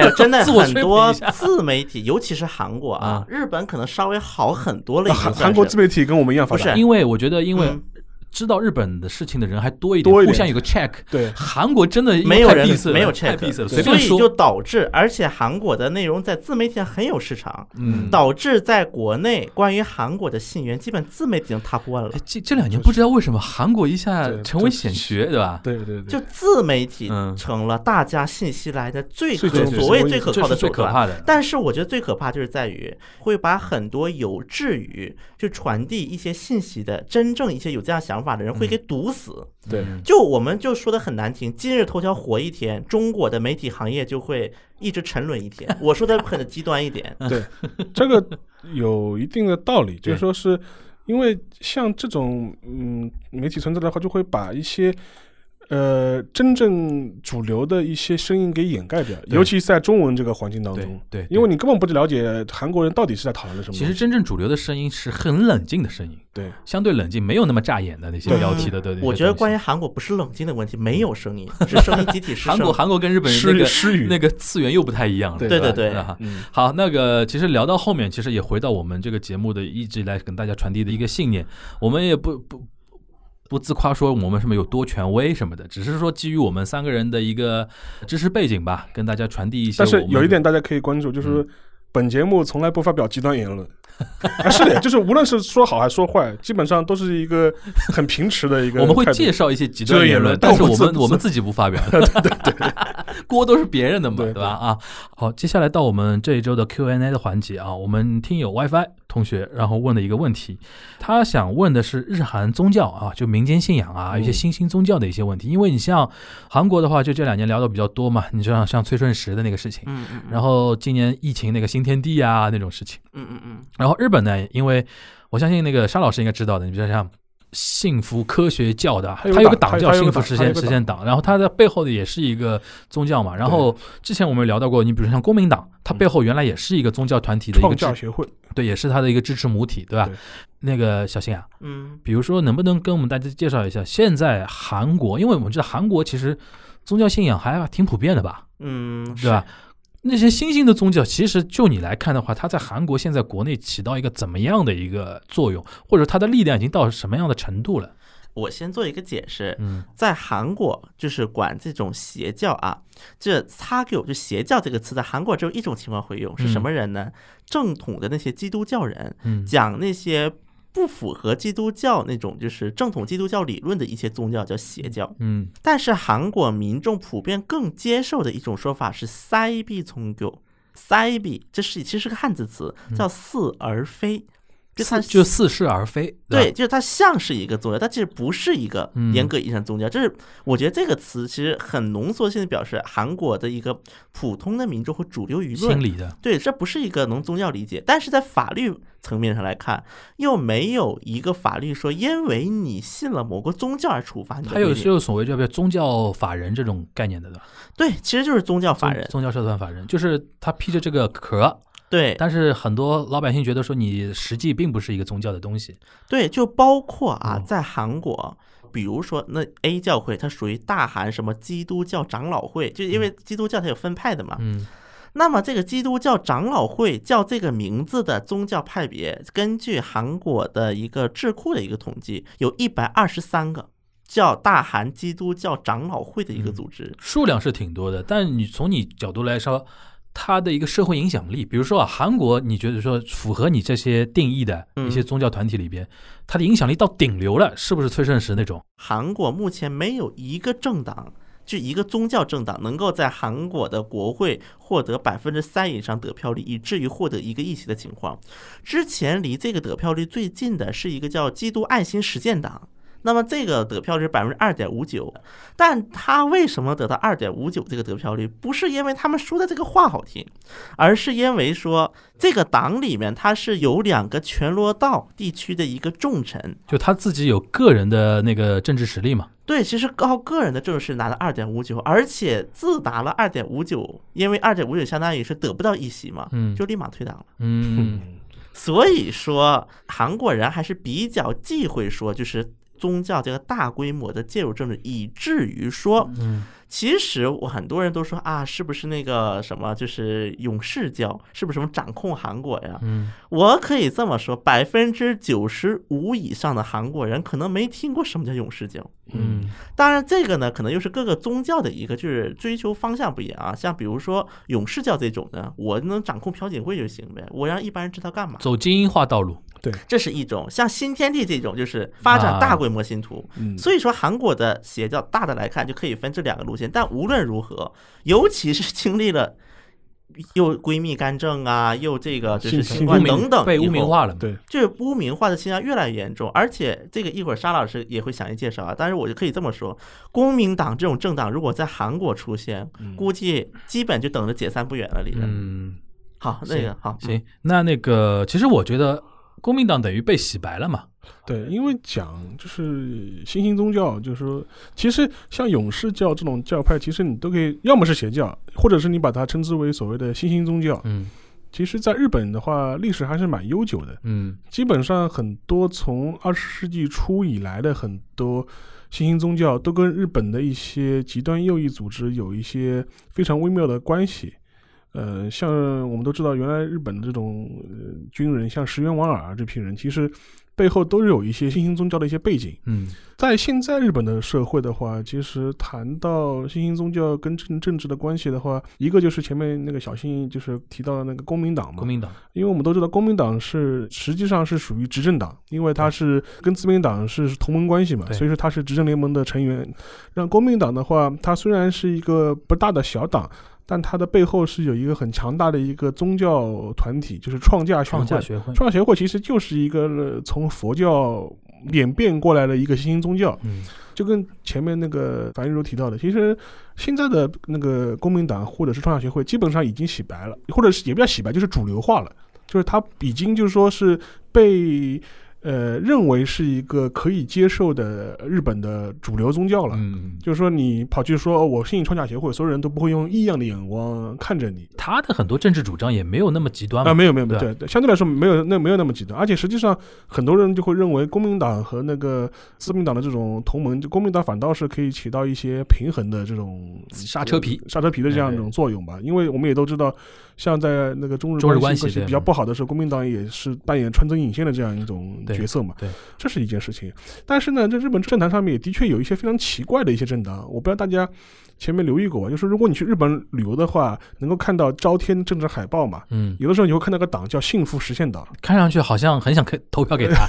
S4: 呀，真的
S2: 自我
S4: 很
S2: 催眠
S4: 多
S2: 一下
S4: 自媒体，尤其是韩国啊，日本可能稍微好很多了，已经
S3: 韩
S4: 算是
S3: 韩国自媒体跟我们一样发达
S4: 不，
S2: 因为我觉得，因为
S4: 嗯
S2: 知道日本的事情的人还多一点，
S3: 多一点
S2: 互相有个 check。
S3: 对
S2: 韩国真的因为
S4: 没有
S2: 太
S4: 人
S2: 闭塞了
S4: 没有
S2: 太
S4: check，
S2: 闭塞了，随
S4: 所
S2: 便
S4: 以
S2: 说
S4: 就导致，而且韩国的内容在自媒体上很有市场，
S2: 嗯
S4: 导致在国内关于韩国的信源，基本自媒体已经踏过了
S2: 哎。这这两年不知道为什么韩国一下
S3: 对
S2: 成为
S3: 这
S2: 显学，对吧？
S3: 对对对，
S4: 就自媒体
S2: 嗯
S4: 成了大家信息来的最
S3: 最
S4: 可
S3: 最
S4: 所谓
S3: 最
S4: 最可
S2: 这
S4: 靠的
S2: 是
S4: 手
S2: 最可
S4: 段，
S2: 怕的。
S4: 但是我觉得最可怕就是在于会把很多有志于去传递一些信息的真正一些有这样想法的人会给堵死。
S3: 对
S2: 嗯
S4: 就我们就说的很难听，今日头条活一天，中国的媒体行业就会一直沉沦一天。 我说的很极端一点，
S3: 对，这个有一定的道理，就
S2: 对
S3: 是说是因为像这种嗯媒体存在的话，就会把一些呃真正主流的一些声音给掩盖掉，
S2: 对
S3: 尤其是在中文这个环境当
S2: 对
S3: 中。
S2: 对，对
S3: 因为你根本不了解韩国人到底是在讨论什么
S2: 其
S3: 东西。
S2: 实真正主流的声音是很冷静的声音，
S3: 对
S2: 相对冷静，没有那么扎眼的那些
S4: 对
S2: 标题的的。
S4: 我觉得关
S2: 于
S4: 于韩国不是冷静的问题，没有声音，是声音集体失
S2: 韩国，
S4: 声。
S2: 韩国跟日本人那
S3: 失
S2: 个
S3: 失语，
S2: 那个次元又不太一样了。
S3: 对
S4: 对对
S2: 吧
S4: 对，
S2: 啊
S3: 嗯，
S2: 好，那个其实聊到后面，其实也回到我们这个节目的一直以来跟大家传递的一个信念，我们也不不。不自夸说我们什么有多权威什么的，只是说基于我们三个人的一个知识背景吧，跟大家传递一些。
S3: 但是有一点大家可以关注，就是
S2: 嗯
S3: 本节目从来不发表极端言 论。啊，是的，就是无论是说好还是说坏，基本上都是一个很平持的一个态
S2: 我
S3: 度。
S2: 们会介绍一些极端
S3: 这个
S2: 言
S3: 言
S2: 论
S3: 论，
S2: 但是
S3: 但我
S2: 我
S3: 自
S2: 们
S3: 自
S2: 我们自己不发表，对对对， 锅都是别人的嘛，
S3: 对
S2: 对吧？啊，好，接下来到我们这一周的 Q&A 的环节啊，我们听友 WiFi 同学然后问的一个问题，他想问的是日韩宗教啊，就民间信仰啊，
S3: 嗯
S2: 一些新兴宗教的一些问题，因为你像韩国的话，就这两年聊的比较多嘛，你像像崔顺实的那个事情，
S4: 嗯嗯，
S2: 然后今年疫情那个新天地啊那种事情。
S4: 嗯嗯嗯，
S2: 然后日本呢，因为我相信那个沙老师应该知道的，你比如像幸福科学教的啊，
S3: 它有
S2: 它
S3: 个
S2: 有个党
S3: 党它
S2: 叫
S3: 它有
S2: 幸
S3: 个
S2: 福
S3: 党
S2: 实
S3: 它有
S2: 现
S3: 个
S2: 实现党，然后它的背后的也是一个宗教嘛。然后之前我们聊到过，你比如像公民党，它背后原来也是一个宗教团体的一个
S3: 创
S2: 支
S3: 教协会，
S2: 对，也是它的一个支持母体，对吧？
S3: 对
S2: 那个小新啊，
S4: 嗯，
S2: 比如说能不能跟我们大家介绍一下，现在韩国，因为我们知道韩国其实宗教信仰还挺普遍的吧，
S4: 嗯，
S2: 对吧？那些新兴的宗教，其实就你来看的话，它在韩国现在国内起到一个怎么样的一个作用，或者它的力量已经到什么样的程度了？
S4: 我先做一个解释，
S2: 嗯
S4: 在韩国就是管这种邪教啊，这“擦给”就邪教这个词，在韩国只有一种情况会用，是什么人呢？正统的那些基督教人，
S2: 嗯
S4: 讲那些不符合基督教那种就是正统基督教理论的一些宗教叫邪教。
S2: 嗯
S4: 但是韩国民众普遍更接受的一种说法是“塞比宗教”，塞比这是其实是个汉字词，叫似而非，就它
S2: 似就似是而非，
S4: 对，
S2: 吧，
S4: 就是它像是一个宗教，它其实不是一个
S2: 嗯
S4: 严格意义上的宗教。这是我觉得这个词其实很浓缩性的表示韩国的一个普通的民众和主流舆
S2: 心
S4: 论。
S2: 理的，
S4: 对，这不是一个能宗教理解，但是在法律层面上来看，又没有一个法律说因为你信了某个宗教而处罚你的
S2: 它有
S4: 规定
S2: 是有所谓叫不叫宗教法人这种概念的，对吧？
S4: 对，其实就是宗教法
S2: 宗
S4: 人。
S2: 宗教社团法人，就是他披着这个壳，
S4: 对
S2: 但是很多老百姓觉得说你实际并不是一个宗教的东西，
S4: 对，就包括啊
S2: 哦，
S4: 在韩国。比如说，那 A 教会它属于大韩什么基督教长老会，就因为基督教它有分派的嘛，
S2: 嗯
S4: 那么，这个基督教长老会叫这个名字的宗教派别，根据韩国的一个智库的一个统计，有一百二十三个叫大韩基督教长老会的一个组织。
S2: 数量是挺多的，但你从你角度来说，它的一个社会影响力，比如说啊，韩国你觉得说符合你这些定义的
S4: 嗯
S2: 一些宗教团体里边，它的影响力到顶流了，是不是崔胜实那种？
S4: 韩国目前没有一个政党，就一个宗教政党，能够在韩国的国会获得百分之三以上得票率，以至于获得一个议席的情况。之前离这个得票率最近的是一个叫基督爱心实践党。那么这个得票率百分之二点五九，但他为什么得到二点五九这个得票率？不是因为他们说的这个话好听，而是因为说这个党里面他是有两个全罗道地区的一个重臣，
S2: 就他自己有个人的那个政治实力嘛？
S4: 对，其实靠个人的政治是拿了二点五九，而且自打了二点五九，因为二点五九相当于是得不到一席嘛，
S2: 嗯
S4: 就立马退党了。
S2: 嗯，
S4: 所以说，韩国人还是比较忌讳说，就是宗教这个大规模的介入政治，以至于说，
S2: 嗯，
S4: 其实我很多人都说啊，是不是那个什么，就是勇士教，是不是什么掌控韩国呀？
S2: 嗯，
S4: 我可以这么说，百分之九十五以上的韩国人可能没听过什么叫勇士教。
S2: 嗯，
S4: 当然，这个呢，可能又是各个宗教的一个就是追求方向不一样啊。像比如说勇士教这种的，我能掌控朴槿惠就行呗，我让一般人知道干嘛，
S2: 走精英化道路，
S4: 这是一种。像新天地这种，就是发展大规模信徒。
S3: 嗯，
S4: 所以说，韩国的邪教大的来看，就可以分这两个路线。但无论如何，尤其是经历了又闺蜜干政啊，又这个就是
S3: 性
S4: 性
S3: 性
S4: 关
S3: 污名
S4: 等等
S2: 被
S4: 以
S2: 污
S4: 后
S2: 名化了嘛。
S3: 对，
S4: 就是污名化的倾向越来越严重，而且这个一会儿沙老师也会详细介绍啊。但是我就可以这么说，公民党这种政党如果在韩国出现，估计基本就等着解散不远了。里面、
S2: 嗯，
S4: 好，那个好，嗯
S2: 行，那那个其实我觉得公民党等于被洗白了嘛。
S3: 对，因为讲就是新兴宗教，就是说，其实像勇士教这种教派，其实你都可以，要么是邪教，或者是你把它称之为所谓的新兴宗教。
S2: 嗯
S3: 其实，在日本的话，历史还是蛮悠久的，
S2: 嗯
S3: 基本上很多从二十世纪初以来的很多新兴宗教，都跟日本的一些极端右翼组织有一些非常微妙的关系。呃，像我们都知道，原来日本的这种、呃、军人，像石原莞尔啊这批人，其实背后都是有一些新兴宗教的一些背景。
S2: 嗯
S3: 在现在日本的社会的话，其实谈到新兴宗教跟政政治的关系的话，一个就是前面那个小新就是提到的那个公民党嘛，
S2: 公民党，
S3: 因为我们都知道，公民党是实际上是属于执政党，因为它是跟自民党是同盟关系嘛，
S2: 对
S3: 所以说它是执政联盟的成员。让公民党的话，它虽然是一个不大的小党，但它的背后是有一个很强大的一个宗教团体，就是创价学
S2: 创价
S3: 会。
S2: 学会，
S3: 创协会其实就是一个呃从佛教演变过来的一个新兴宗教，
S2: 嗯
S3: 就跟前面那个樊玉茹提到的，其实现在的那个公民党或者是创价协会，基本上已经洗白了，或者是也不叫洗白，就是主流化了，就是它已经就是说是被呃认为是一个可以接受的日本的主流宗教了。
S2: 嗯，
S3: 就是说，你跑去说、哦我信创价协会，所有人都不会用异样的眼光看着你
S2: 他的很多政治主张也没有那么极端
S3: 啊！
S2: 嘛。
S3: 没有没有没有，
S2: 对
S3: 对，对相对来说没有那没有那么极端，而且实际上很多人就会认为公民党和那个自民党的这种同盟，就公民党反倒是可以起到一些平衡的这种
S2: 刹嗯车皮，哎
S3: 刹车皮的这样一种作用吧。因为我们也都知道，像在那个中日
S2: 中日关系
S3: 系
S2: 对
S3: 比较不好的时候，国民党也是扮演穿针引线的这样一种
S2: 对
S3: 角色嘛。
S2: 对
S3: 这是一件事情。但是呢，这日本政坛上面也的确有一些非常奇怪的一些政党，我不知道大家前面留意过吧？就是如果你去日本旅游的话，能够看到朝天政治海报嘛。
S2: 嗯，
S3: 有的时候你会看到个党叫“幸福实 现党
S2: 看上去好像很想可以投票给 他。”，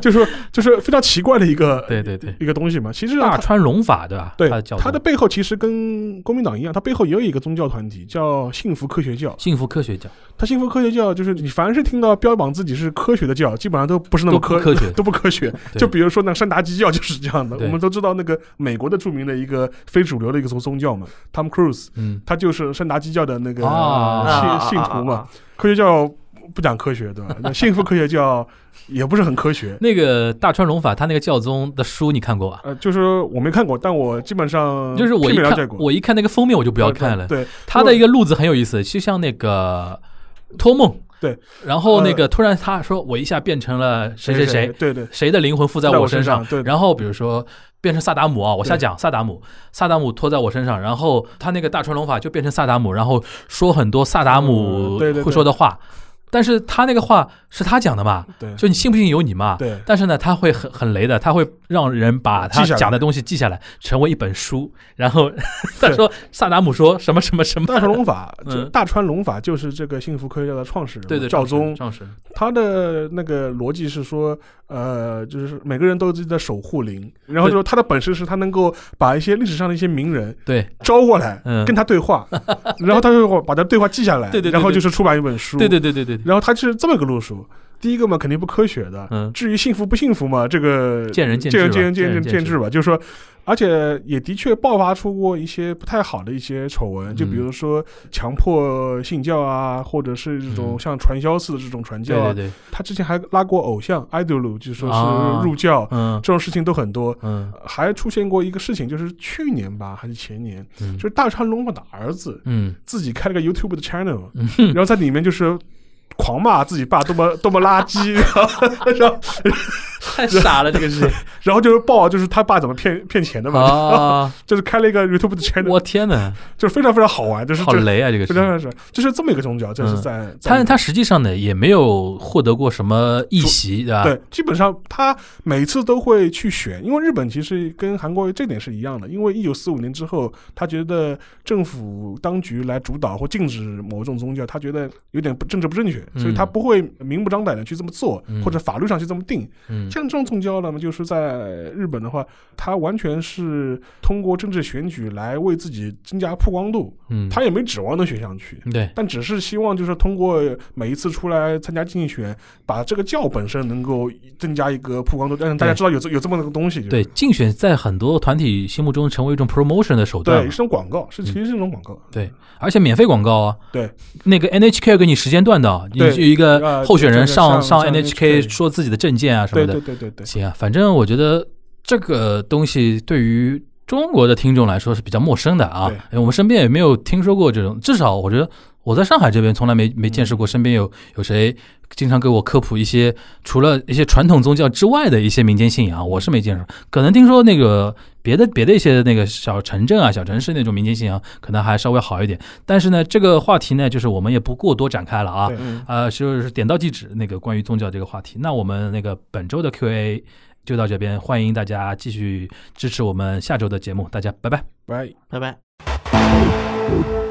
S3: 就是说就是非常奇怪的一个
S2: 对对对，
S3: 一个东西嘛。其实
S2: 大
S3: 啊，
S2: 川龙法对吧？
S3: 对
S2: 他的教
S3: 它的
S2: 宗
S3: 背后其实跟公民党一样，它背后也有一个宗教团体叫幸福科学教。
S2: 幸福科学教
S3: 它幸福科学教就是你凡是听到标榜自己是科学的教，基本上都不是那
S2: 都
S3: 么
S2: 不
S3: 科
S2: 科学
S3: 都不科学。
S2: 对
S3: 就比如说那个山达基教就是这样的，
S2: 对
S3: 我们都知道那个美国的著名的一个非主流的一个宗宗教嘛，Tom Cruise，
S2: 嗯，
S3: 他就是山达基教的那个
S4: 嗯
S2: 啊
S3: 信信徒嘛。，科学教不讲科学，对吧？那幸福科学教也不是很 科学。
S2: 那个大川龙法他那个教宗的书你看过吧？
S3: 呃，就是我没看过，但我基本上
S2: 就是我
S3: 片
S2: 一
S3: 面了解
S2: 看，
S3: 过，
S2: 我一看那个封面我就不
S3: 不
S2: 要看了。
S3: 对，
S2: 他的一个路子很有意思，就像那个托梦，
S3: 对，
S2: 然后那
S3: 呃
S2: 个突然他说我一下变成了谁谁谁，
S3: 对对
S2: 谁的灵魂附在
S3: 在
S2: 我
S3: 我
S2: 身
S3: 身
S2: 上，
S3: 上对
S2: 然后比如说变成萨达姆啊，我瞎
S3: 对
S2: 讲萨达姆，萨达姆拖在我身上，然后他那个大川龙法就变成萨达姆，然后说很多萨达姆
S3: 嗯对对对
S2: 会说的话，但是他那个话是他讲的嘛，
S3: 对
S2: 就你啊信不信由你嘛。
S3: 对
S2: 但是呢，他会很很雷的，他会让人把他
S3: 记下来
S2: 讲的东西记下来，成为一本书。然后 他说萨达姆说什么什么什么，
S3: 大川龙法，就
S2: 嗯
S3: 大川龙法就是这个幸福科学教的创始人嘛，
S2: 对对，
S3: 赵宗，
S2: 赵神，
S3: 他的那个逻辑是说，呃，就是每个人都有自己的守护灵，然后就是他的本事是他能够把一些历史上的一些名人
S2: 对
S3: 招过来，
S2: 嗯
S3: 跟他对 话，然后他就把他对话记下来，
S2: 对对对
S3: 然后
S2: 对
S3: 就是出版一本书，
S2: 对对对对对，对
S3: 然后他是这么个路数。第一个嘛，肯定不科学的。
S2: 嗯
S3: 至于幸福不幸福嘛，这个
S2: 见仁见
S3: 见
S2: 智吧
S3: 见仁见
S2: 见仁
S3: 见
S2: 见
S3: 见
S2: 智
S3: 智吧。就是说，而且也的确爆发出过一些不太好的一些丑闻，就比
S2: 嗯
S3: 如说强迫信教啊，或者是这种
S2: 嗯
S3: 像传销似的这种传教啊
S2: 对对，对，
S3: 他之前还拉过偶像 idol，就是说
S2: 啊
S3: 是入教、
S2: 嗯
S3: 这种事情都很多。
S2: 嗯
S3: 还出现过一个事情，就是去年吧，还是前年，
S2: 嗯
S3: 就是大川龙马的儿子
S2: 嗯
S3: 自己开了个 YouTube 的 channel，、然后在里面就是狂骂自己爸多么多么垃圾，然后
S2: 太傻了这个事情
S3: 然后就是报啊就是他爸怎么骗骗钱的嘛，
S2: 啊！
S3: 就是开了一个 YouTube 的 channel，
S2: 我天哪，
S3: 就是非常非常好玩，就是
S2: 好
S3: 这
S2: 雷啊这个事
S3: 非
S2: 情
S3: 常。非常就是这么一个宗教，这是在、在
S2: 但是他实际上呢，也没有获得过什么议席，对吧？
S3: 对，基本上他每次都会去选，因为日本其实跟韩国这点是一样的，因为一九四五年之后，他觉得政府当局来主导或禁止某种宗教，他觉得有点不政治不正确，所以他
S2: 嗯
S3: 不会明目张胆的去这么做，
S2: 嗯
S3: 或者法律上去这么定。
S2: 嗯
S3: 像这种宗教呢，就是在日本的话，它完全是通过政治选举来为自己增加曝光度，
S2: 嗯，
S3: 他也没指望能选上去。
S2: 对
S3: 但只是希望就是通过每一次出来参加竞选，把这个教本身能够增加一个曝光度，让大家知道有这有这么个东西。就是
S2: 对，竞选在很多团体心目中成为一种 promotion 的手段
S3: 对，
S2: 嘛
S3: 是。种广
S2: 嗯
S3: 告，是其实是一种广告。
S2: 对，而且免费广告啊，
S3: 对，
S2: 那个 NHK 给你时间段的啊，你
S3: 对
S2: 就一个
S3: 呃
S2: 候选人
S3: 对
S2: 上
S3: 上
S2: 上
S3: 上
S2: NHK
S3: NHK
S2: 说自己的证件啊什么
S3: 对
S2: 的
S3: 对，对对对，
S2: 行啊，反正我觉得这个东西对于中国的听众来说是比较陌生的啊
S3: 对，
S2: 哎我们身边也没有听说过这种，至少我觉得我在上海这边从来没
S3: 嗯
S2: 没见识过身边有有谁经常给我科普一些除了一些传统宗教之外的一些民间信
S3: 嗯
S2: 仰，我是没见识，可能听说那个。别的别的一些那个小城镇啊、小城市那种民间信仰，可能还稍微好一点。但是呢，这个话题呢，就是我们也不过多展开了啊。
S3: 对嗯
S2: 呃，就是点到即止那个关于宗教这个话题。那我们那个本周的 Q&A 就到这边，欢迎大家继续支持我们下周的节目，大家拜拜。
S3: 拜。
S4: 拜拜。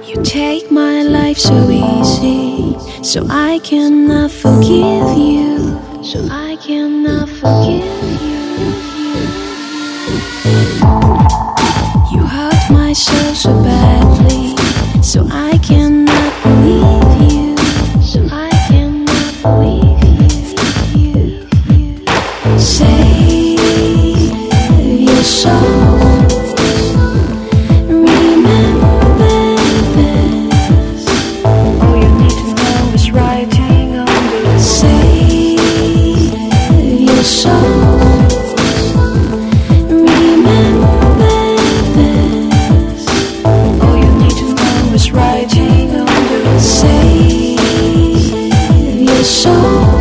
S5: You take my life so easy, so I cannot forgive you. So I cannot forgive you. You hurt my soul so badly, so I cannot believe you. So I cannot believe you. Save your soul. All you need to know is writing on the same Save your soul.